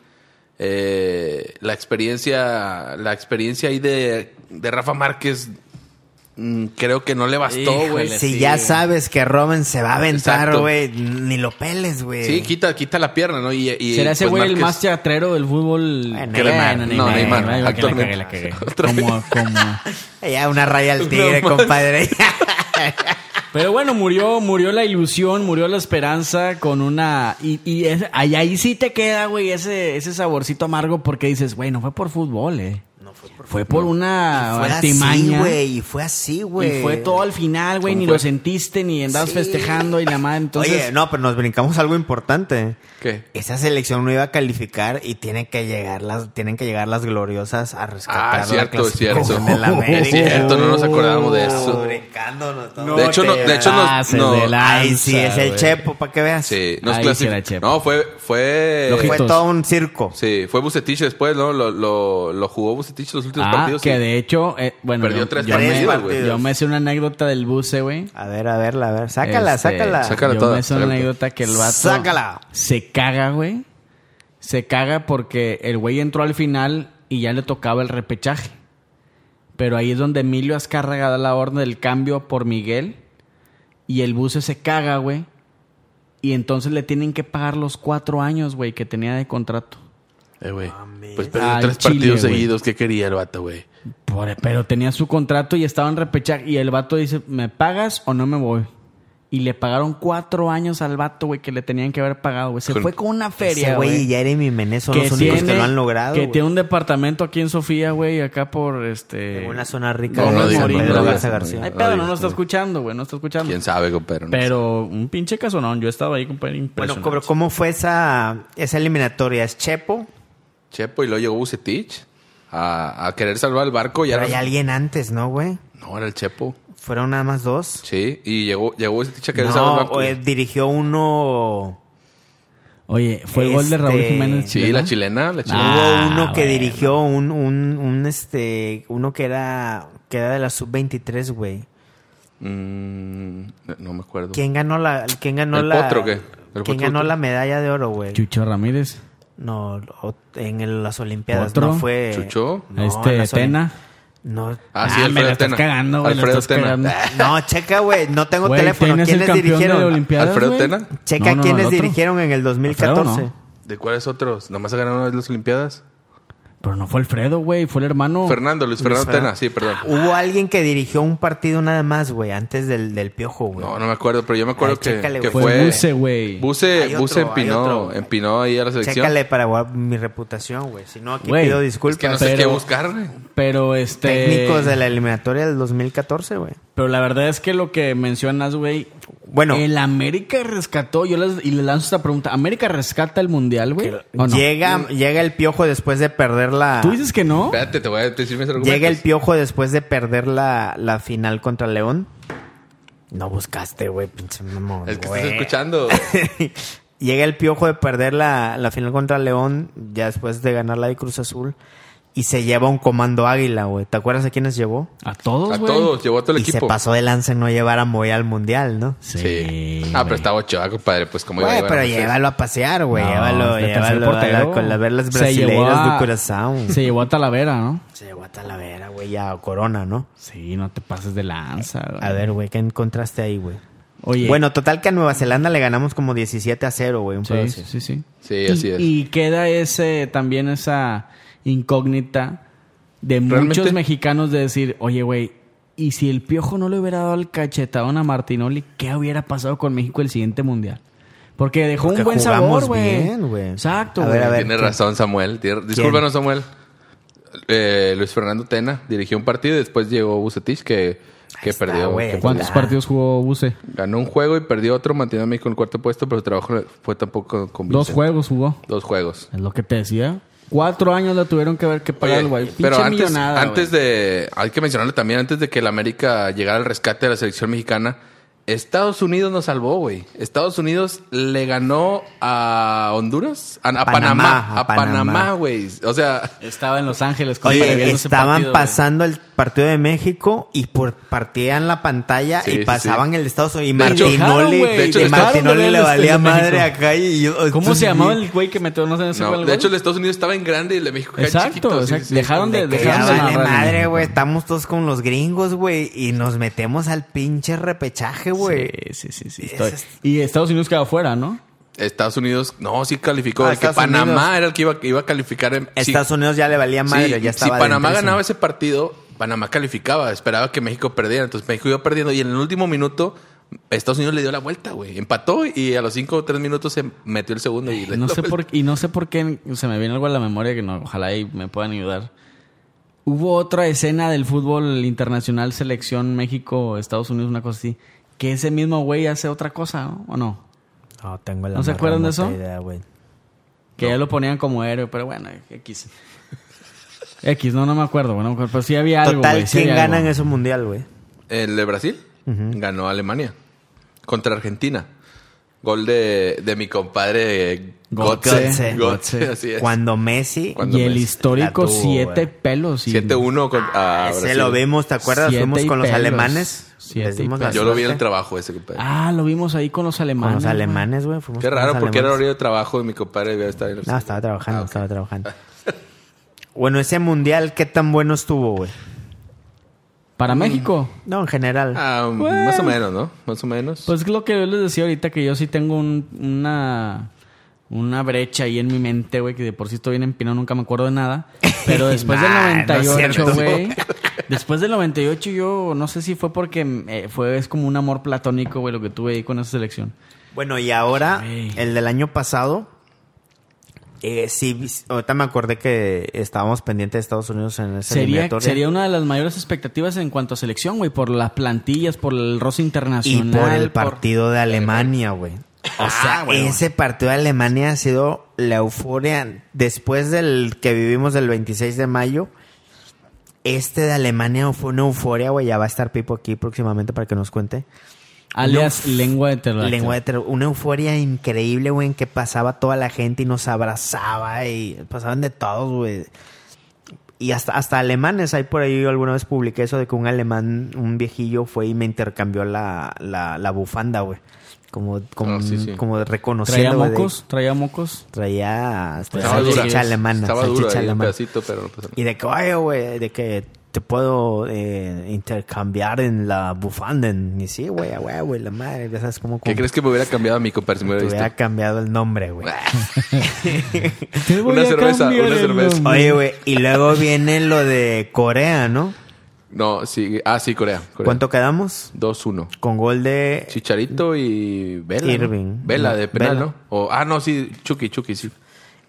Eh, la experiencia, la experiencia ahí de, de Rafa Márquez, mm, creo que no le bastó, Híjole, Oh, güey. sí. Si ya sabes que Robin se va a aventar, Exacto. güey, ni lo peles, güey. Sí, quita, quita la pierna, ¿no? Y, y, ¿Será ese pues, güey el Márquez- más teatrero del fútbol? Bueno, Bueno, Neymar. No, Neymar, Ay, la cagué, actualmente. la *laughs* cagué. Otra Como- como- Ya una raya al tigre, *laughs* No, *laughs* man. compadre. Pero bueno, murió, murió la ilusión, murió la esperanza con una... Y, y es- ahí, ahí sí te queda, güey, ese, ese saborcito amargo porque dices, güey, no fue por fútbol, eh. No fue por Fue por una fue así, artimaña. güey. Y fue así, güey. y fue todo al final, güey, ni lo sentiste, ni andabas Sí. festejando y la madre. Entonces, Oye, no, pero nos brincamos algo importante. ¿Qué? Esa selección no iba a calificar y tienen que llegar las, tienen que llegar las gloriosas a rescatar Ah, cierto, la es cierto. clasificación de la América. *laughs* Es cierto, no nos acordábamos de Estamos eso. brincándonos todos. de hecho, te no- de hecho, nos- pases no. Ah, de lanza, Ay, sí, es el güey. Chepo, para que veas. Sí, nos Ahí clasi- sí era Chepo. No, fue, fue. Lo Fue Ojitos. todo un circo. Sí, fue Bucetich después, ¿no? Lo, lo, lo jugó Bucetich los últimos Ah, partidos. que sí. de hecho, eh, bueno, Perdió yo, tres yo partidos, me, güey. yo me hice una anécdota del buce, güey. A ver, a verla, a ver. Sácala, Este, sácala. Sácala yo toda. me hice una Sácala. anécdota que el vato Sácala. se caga, güey. se caga porque el güey entró al final y ya le tocaba el repechaje. Pero ahí es donde Emilio Azcárraga da la orden del cambio por Miguel y el buce se caga, güey. Y entonces le tienen que pagar los cuatro años, güey, que tenía de contrato. Eh, güey. Mames. Pues perdió Al tres Chile, partidos güey. seguidos. ¿Qué quería el vato, güey? Por- pero tenía su contrato y estaba en repechaje. Y el vato dice, ¿me pagas o no me voy? Y le pagaron cuatro años al vato, güey, que le tenían que haber pagado, güey. Se Con- fue con una Ese feria, güey y güey. Jeremy Menez son los únicos que lo han logrado. que güey. tiene un departamento aquí en Sofía, güey, acá por este... En una zona rica No, de no San digas, no Pedro digas, Garza no García. digas. Ay, pero no digas, nos está güey. escuchando, güey, no está escuchando. Quién sabe, compadre. No sé. Pero un pinche casonón, yo estaba ahí, compadre, Bueno, impresionante. pero ¿cómo fue esa, esa eliminatoria? ¿Es Chepo? Chepo y luego llegó Bucetich a, a querer salvar el barco. Y Pero hay ahora... alguien antes, ¿no, güey? No, era el Chepo. ¿Fueron nada más dos? Sí, y llegó, llegó Bucetich a querer salvar el No, barco. o, eh, dirigió uno... Oye, fue el gol de Raúl Este- Jiménez. Sí, ¿verdad? la chilena, la chilena. Ah, Hubo uno que bueno. dirigió un, un, un, este, uno que era, que era de la sub-23, güey. Mm, no- no me acuerdo. ¿Quién ganó la, quién ganó ¿El la, Potro qué? ¿El quién Potro ganó qué? la medalla de oro, güey? Chucho Ramírez. No, o- en el- las Olimpiadas ¿Potro? no fue. ¿Chucho? No, en este, las Olim- Tena. No. Ah, sí, Ah, me Alfredo la estás Tena. cagando, güey, la Alfredo estás Tena. cagando. No, checa, güey. No tengo Güey, teléfono. Tena es el ¿Quiénes campeón de la dirigieron? Olimpiada, ¿Alfredo güey? Tena? Checa No, no, quiénes al otro. dirigieron en el 2014. Alfredo, no. ¿De cuáles otros? ¿Nomás se ganaron una vez las Olimpiadas? Pero no fue Alfredo, güey, fue el hermano. Fernando, Luis Ah, Fernando Ferran- Tena, sí, perdón. Hubo alguien que dirigió un partido nada más, güey, antes del, del piojo, güey. No, no me acuerdo, pero yo me acuerdo Ay, que, chécale, que güey. fue. Fue Buse, güey. Hay Buse, otro, Buse hay empinó, otro. empinó ahí a la selección. Chécale para guardar mi reputación, güey. Si no, aquí Güey, pido Es disculpas. que no sé Pero- qué buscar, güey. Pero este. Técnicos de la eliminatoria del 2014, güey. Pero la verdad es que lo que mencionas, güey. Bueno. El América rescató. Yo les, y le lanzo esta pregunta. ¿América rescata el mundial, güey? ¿O no? Llega, llega el piojo después de perder la. ¿Tú dices que no? Espérate, te voy a decirme ese argumento. Llega el piojo después de perder la, la final contra León. No buscaste, güey, pinche mamón, Es que güey. estás *laughs* escuchando. Llega el piojo de perder la, la final contra León, ya después de ganar la de Cruz Azul, y se lleva un comando águila, güey. ¿Te acuerdas a quiénes llevó? A todos, A güey. todos, llevó a todo el Y se equipo. pasó de lanza en no llevar a Moy al mundial, ¿no? Sí. Ah, güey. pero estaba Ochoa, compadre, pues como Güey, iba a pero llevar a llévalo a pasear, güey. No, llévalo, es de tercer llévalo a la- portero. con la, ver las Se llevó brasileiras a- de Curazao. Se llevó a Talavera, ¿no? *laughs* Se llevó a Talavera, güey, ya a Corona, ¿no? Sí, no te pases de lanza, güey. A ver, güey, ¿qué encontraste ahí, güey? Oye. Bueno, total que a Nueva Zelanda le ganamos como 17 a 0, güey. Un pedo Sí, sí, así. sí. Sí, así y, es. Y queda ese también esa incógnita de Realmente- muchos mexicanos de decir, oye, güey, ¿y si el Piojo no le hubiera dado el cachetadón a Martinoli, qué hubiera pasado con México el siguiente mundial? Porque dejó Porque un buen jugamos sabor, güey. bien, güey. Exacto, A ver, a güey. ver. Tiene ¿quién? razón, Samuel. Tiene- Discúlpanos, Samuel. Eh, Luis Fernando Tena dirigió un partido y después llegó Bucetich que, que está, perdió. güey, que ¿Cuántos Ah. partidos jugó Buse? Ganó un juego y perdió otro, manteniendo a México en el cuarto puesto, pero su trabajo fue tampoco Dos convincente. juegos jugó. Dos juegos. Es lo que te decía. Cuatro años la tuvieron que ver que pagar, Oye, güey. Pinche pero antes, millonada, antes güey. de. Hay que mencionarlo también, antes de que el América llegara al rescate de la selección mexicana, Estados Unidos nos salvó, güey. Estados Unidos le ganó a Honduras, a, a Panamá, Panamá, a a Panamá, Panamá. güey. O sea, Estaba en Los Ángeles. compadre, Oye, viendo ese estaban partido, güey. pasando el partido de México y por partían la pantalla Sí, y sí, pasaban sí. el de Estados Unidos. Y De hecho, Martinoli, dejaron, güey, de hecho, y dejaron Martinoli de ver le el valía de México. madre acá y yo- ¿Cómo se llamaba el güey que metió? No sé, ese no, fue el de gol? hecho, el Estados Unidos estaba en grande y el de México era Exacto, chiquito. sí, sí, exacto. sí. Dejaron de, Que dejaron ya de vale narrar. madre, güey. Estamos todos con los gringos, güey. Y nos metemos al pinche repechaje, güey. Sí, sí, sí, sí, Ese estoy- es- Y Estados Unidos queda afuera, ¿no? Estados Unidos, no, sí calificó. Ah, de que Estados Panamá Unidos. era el que iba, iba a calificar. En, sí, Estados Unidos ya le valía madre. sí, ya estaba si Panamá adentrísimo. ganaba ese partido, Panamá calificaba. Esperaba que México perdiera. Entonces México iba perdiendo. Y en el último minuto, Estados Unidos le dio la vuelta, güey. Empató y a los cinco o tres minutos se metió el segundo. Y le No dio sé la por, y no sé por qué se me viene algo a la memoria que no, ojalá ahí me puedan ayudar. Hubo otra escena del fútbol internacional, selección México, Estados Unidos, una cosa así, que ese mismo güey hace otra cosa, ¿no? ¿O no? No, tengo la ¿No se más acuerdan de remota eso? idea, güey. Que ya lo ponían como héroe, pero bueno, X. X, no, no me acuerdo, bueno, no me acuerdo, pero sí había algo. Total, güey, sí ¿quién había gana en algo. ese mundial, güey? vuelta. El de Brasil ganó a Alemania contra Argentina. Gol de, de mi compadre Gotze. Gotze. Gotze, así es. Cuando Messi Cuando y el Messi histórico la tuvo, siete güey. pelos. y- 7-1 con- a Ah, ese Brasil. lo vimos, ¿te acuerdas? Siete Fuimos y con los pelos. alemanes. Siete Les y dimos la Yo lo vi en el suerte. trabajo ese, compadre. Ah, lo vimos ahí con los Con alemanes. los güey. alemanes, güey. fuimos Qué con raro, los porque era alemanes. horario de trabajo y mi compadre debía estar en el- No, estaba trabajando, Ah, ok. estaba trabajando. Bueno, ese mundial, ¿qué tan bueno estuvo, güey? Para México. No, en general. Ah, Bueno. Más o menos, ¿no? Más o menos. Pues lo que yo les decía ahorita, que yo sí tengo un- una, una brecha ahí en mi mente, güey, que de por sí estoy bien empinado, nunca me acuerdo de nada. *laughs* Pero después Nah, no es del 98, cierto. güey. después del 98, yo no sé si fue porque eh, fue es como un amor platónico, güey, lo que tuve ahí con esa selección. Bueno, y ahora, Güey. el del año pasado, eh, sí, vis- ahorita me acordé que estábamos pendientes de Estados Unidos en ese Sería, eliminatoria. sería una de las mayores expectativas en cuanto a selección, güey, por las plantillas, por el roce y internacional. por el partido de Alemania, güey. O sea, ese partido de Alemania ha sido la euforia después del que vivimos del 26 de mayo. Este de Alemania fue una euforia, güey. Ya va a estar Pipo aquí próximamente para que nos cuente. Alias lengua de terror. Lengua de terror. Una euforia increíble, güey, en que pasaba toda la gente y nos abrazaba y pasaban de todos, güey. Y hasta, hasta alemanes, hay por ahí, yo alguna vez publiqué eso de que un alemán, un viejillo, fue y me intercambió la, la, la bufanda, güey. Como, como, Ah, sí, sí. como Traía reconociendo, güey. de- mocos, traía mocos. Traía hasta Estaba dura. salchicha alemana. Estaba salchicha dura ahí un alemana. pedacito, pero no pasa nada. Y de que, oye, güey, de que te puedo eh, intercambiar en la bufanda. Y sí, güey, a huevo, güey, la madre. Ya sabes cómo... ¿Qué como- crees que me hubiera cambiado a mi compadre si me te hubiera hubiera visto? cambiado el nombre, güey. Te voy Una a cerveza, cambiar una el cerveza. nombre. *laughs* Oye, güey, y luego viene lo de Corea, ¿no? No, sí. Ah, sí, Corea. Corea. ¿Cuánto quedamos? 2-1. Con gol de... Chicharito y Vela. ¿no? Irving. Vela de penal, Vela. ¿no? O- ah, no, sí, Chucky, Chucky, sí.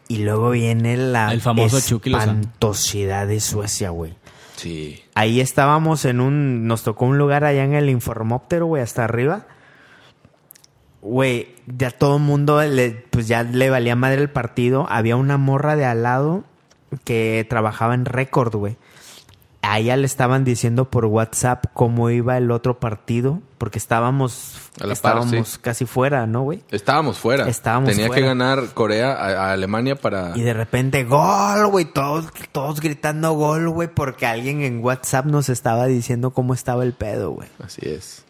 Y luego viene la El famoso Chucky Lozano. espantosidad de Suecia, güey. Sí. Ahí estábamos en un... Nos tocó un lugar allá en el informóptero, güey, hasta arriba. Güey, ya todo el mundo, le- pues ya le valía madre el partido. Había una morra de al lado que trabajaba en récord, güey. A ella le estaban diciendo por WhatsApp cómo iba el otro partido, porque estábamos, A la par, estábamos sí. casi fuera, ¿no, güey? Estábamos fuera. Estábamos Tenía fuera. que ganar Corea a, a Alemania para. Y de repente, gol, güey, todos, todos gritando gol, güey, porque alguien en WhatsApp nos estaba diciendo cómo estaba el pedo, güey. Así es.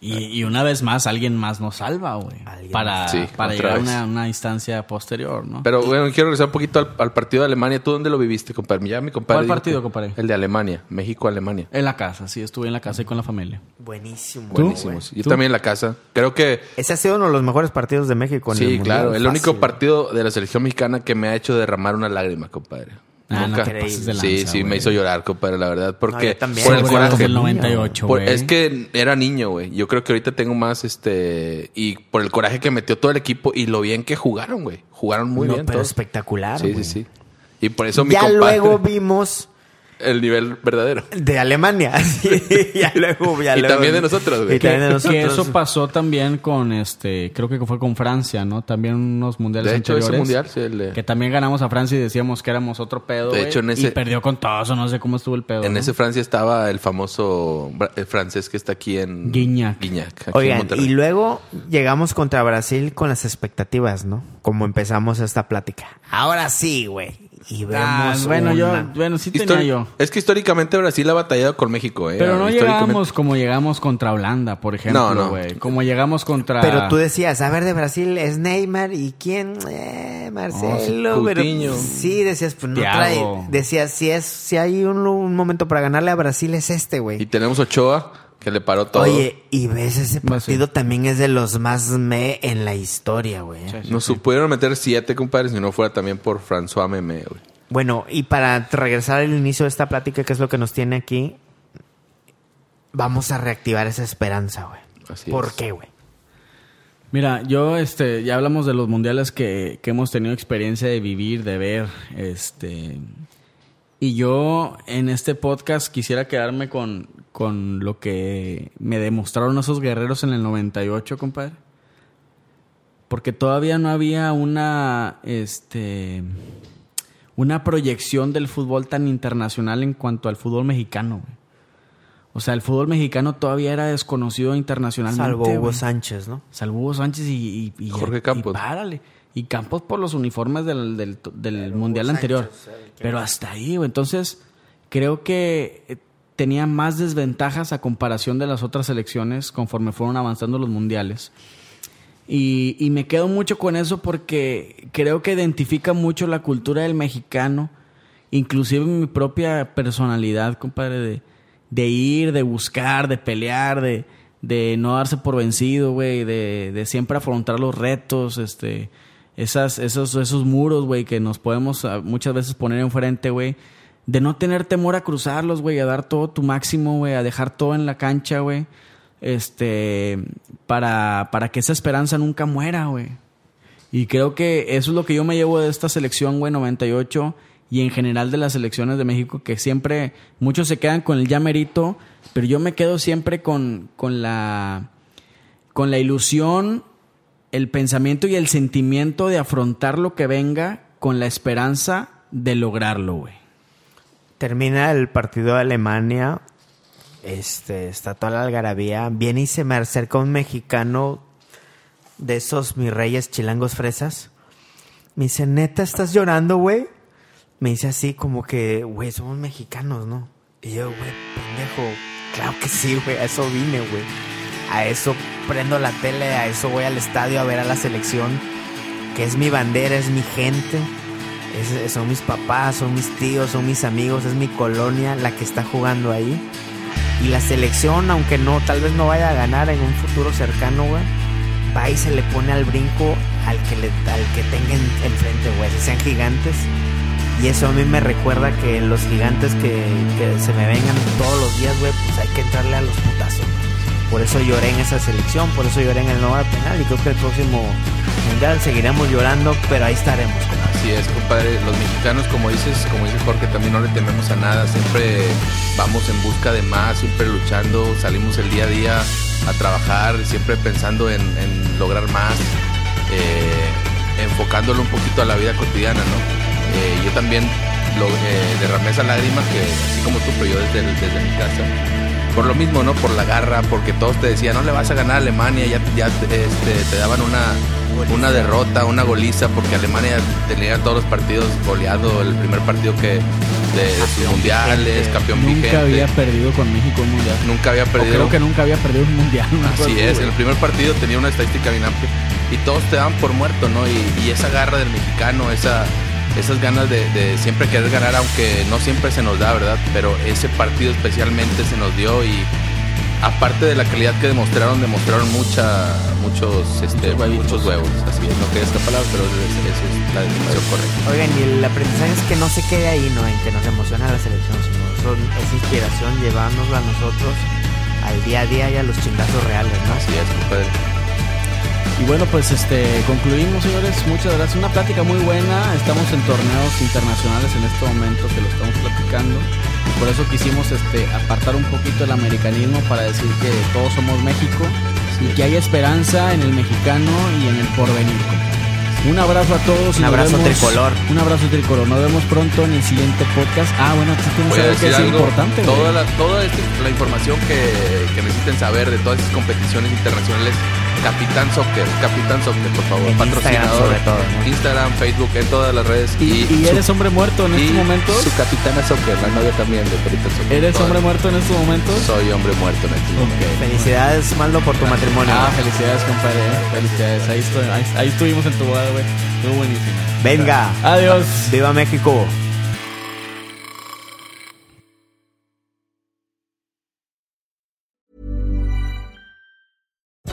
Y, y una vez más, alguien más nos salva, güey. Alguien Para, más. Sí, para otra llegar a vez. una, una instancia posterior, ¿no? Pero bueno, quiero regresar un poquito al, al partido de Alemania. ¿Tú dónde lo viviste, compadre? Ya mi compadre. ¿Cuál dijo partido, que- compadre? El de Alemania, México-Alemania. en la casa, sí, estuve en la casa y con la familia. Buenísimo, güey. Buenísimos. Yo también en la casa. Creo que. Ese ha sido uno de los mejores partidos de México en el sí, Mundial, claro. El único fácil. partido de la selección mexicana que me ha hecho derramar una lágrima, compadre. Ah, no Nunca. te pases de sí, lanza, sí, me güey. hizo llorar, compadre, la verdad. Porque yo también, por el güey. coraje. del 98, Por- güey. es que era niño, güey. Yo creo que ahorita tengo más, este... Y por el coraje que metió todo el equipo y lo bien que jugaron, güey. Jugaron muy No, bien pero todos. espectacular, Sí, güey. sí, sí. Y por eso mi ya compadre... luego vimos *laughs* El nivel verdadero. de Alemania. *laughs* sí, ya luego, ya Y luego- también de nosotros, güey. Y también de Que nosotros. eso pasó también con este, creo que fue con Francia, ¿no? También unos mundiales De hecho, ese anteriores. mundial... sí, el de- Que también ganamos a Francia y decíamos que éramos otro pedo. De güey, hecho, en ese- Y perdió con todos, o no sé cómo estuvo el pedo. En ¿no? ese Francia estaba el famoso bra- el francés que está aquí en... Guiñac. Guiñac. aquí en Oigan, Monterrey. y luego llegamos contra Brasil con las expectativas, ¿no? Como empezamos esta plática. Ahora sí, güey. Y vemos. Ah, bueno, una- yo, bueno, sí tenía Histori- yo. Es que históricamente Brasil ha batallado con México, ¿eh? Pero no Históricamente- llegábamos como llegamos contra Holanda, por No, ejemplo, no. güey. Como llegamos contra... Ah. Pero tú decías, a ver, de Brasil es Neymar y quién, eh, Marcelo. Oh, pero- Coutinho. sí, decías, pues no Thiago. trae. Decías, si es, si hay un, un momento para ganarle a Brasil es este, Y güey. tenemos Ochoa, que le paró todo. Oye, y ves ese Brasil. partido también es de los más me en la historia, güey. ¿eh? Nos supieron meter siete, compadre, si no fuera también por François Meme, güey. Bueno, y para regresar al inicio de esta plática, que es lo que nos tiene aquí, vamos a reactivar esa esperanza, güey. Así ¿Por es. qué, güey? Mira, yo, este, ya hablamos de los mundiales que, que hemos tenido experiencia de vivir, de ver, este, y yo en este podcast quisiera quedarme con, con lo que me demostraron esos guerreros en el 98, compadre. Porque todavía no había una, este, una proyección del fútbol tan internacional en cuanto al fútbol mexicano, güey. O sea, el fútbol mexicano todavía era desconocido internacionalmente. Salvo Hugo güey. Sánchez, ¿no? Salvo Hugo Sánchez y, y- y- Jorge y Campos. párale. Y Campos por los uniformes del, del- del mundial anterior. Pero hasta ahí, güey. Entonces, creo que eh, tenía más desventajas a comparación de las otras selecciones conforme fueron avanzando los mundiales. Y, y me quedo mucho con eso porque creo que identifica mucho la cultura del mexicano, inclusive mi propia personalidad, compadre, de, de ir, de buscar, de pelear, de, de no darse por vencido, güey, de, de siempre afrontar los retos, este, esas, esos, esos muros, güey, que nos podemos ah, muchas veces poner enfrente, güey. De no tener temor a cruzarlos, güey, a dar todo tu máximo, güey, a dejar todo en la cancha, güey este para, para que esa esperanza nunca muera, güey. Y creo que eso es lo que yo me llevo de esta selección, güey, 98 y en general de las selecciones de México, que siempre muchos se quedan con el ya merito, pero yo me quedo siempre con, con la con la ilusión, el pensamiento y el sentimiento de afrontar lo que venga con la esperanza de lograrlo, güey. Termina el partido de Alemania. Este, está toda la algarabía. Viene y se me acerca un mexicano de esos mis reyes chilangos fresas. Me dice, neta, ¿estás llorando, güey? Me dice así como que, güey, somos mexicanos, ¿no? Y yo, güey, pendejo, claro que sí, güey, a eso vine, güey. A eso prendo la tele, a eso voy al estadio a ver a la selección, que es mi bandera, es mi gente. Es- son mis papás, son mis tíos, son mis amigos, es mi colonia la que está jugando ahí. Y la selección, aunque no, tal vez no vaya a ganar en un futuro cercano, güey, va y se le pone al brinco al que, le, al que tenga en- enfrente, güey, si sean gigantes. Y eso a mí me recuerda que los gigantes que, que se me vengan todos los días, güey, pues hay que entrarle a los putazos. Por eso lloré en esa selección, por eso lloré en el nuevo penal y creo que el próximo mundial seguiremos llorando, pero ahí estaremos, compadre. Así es, compadre. Los mexicanos, como dices, como dice Jorge, también no le tememos a nada. Siempre vamos en busca de más, siempre luchando, salimos el día a día a trabajar, siempre pensando en, en lograr más, eh, enfocándolo un poquito a la vida cotidiana, ¿no? Eh, yo también lo, eh, derramé esa lágrima que, así como tú, pero yo desde, desde mi casa por lo mismo, ¿no? Por la garra, porque todos te decían, no le vas a ganar a Alemania, ya, ya este, te daban una, una derrota, una goliza, porque Alemania tenía todos los partidos goleado, el primer partido que de, de sus mundiales, campeón vigente, Nunca había perdido con México un mundial. nunca había O perdido. creo que nunca había perdido un mundial. una cosa Así es, güey. el primer partido tenía una estadística bien amplia y todos te daban por muerto, ¿no? Y, y esa garra del mexicano, esa, esas ganas de, de siempre querer ganar, aunque no siempre se nos da, ¿verdad? Pero ese partido especialmente se nos dio y aparte de la calidad que demostraron, demostraron mucha, muchos, este, Muchos huevitos. muchos huevos. Así es, no quería esta palabra, pero esa es la definición correcta. Oigan, y el aprendizaje es que no se quede ahí, ¿no? En que nos emociona la selección, sino son- es inspiración llevárnoslo a nosotros al día a día y a los chingazos reales, Así ¿no? es, compadre. Y bueno, pues este concluimos, señores. Muchas gracias. Una plática muy buena. Estamos en torneos internacionales en este momento que lo estamos platicando. Y por eso quisimos este, apartar un poquito el americanismo para decir que todos somos México y que hay esperanza en el mexicano y en el porvenir. Un abrazo a todos. y Un nos abrazo vemos- tricolor. Un abrazo tricolor. Nos vemos pronto en el siguiente podcast. Ah, bueno, tú tienes Voy a algo que es decir algo. importante. güey. Toda, la, toda esta- la información que, que necesiten saber de todas estas competiciones internacionales, Capitán Soccer, Capitán Soccer, por favor, En Instagram patrocinador. sobre todo, ¿no? Instagram, Facebook, en todas las redes. Y, y su- eres hombre muerto en este y estos momentos. Su capitana Soccer, la novia también de Capitán Soccer. Eres Todas. hombre muerto en este estos momentos. Soy hombre muerto en este momento. Felicidades, Maldo, por tu matrimonio. Ah, felicidades, compadre. ¿eh? Felicidades. Ahí, estoy- ahí- ahí estuvimos en tu boda, güey. Estuvo buenísimo. Venga, Adiós. viva México.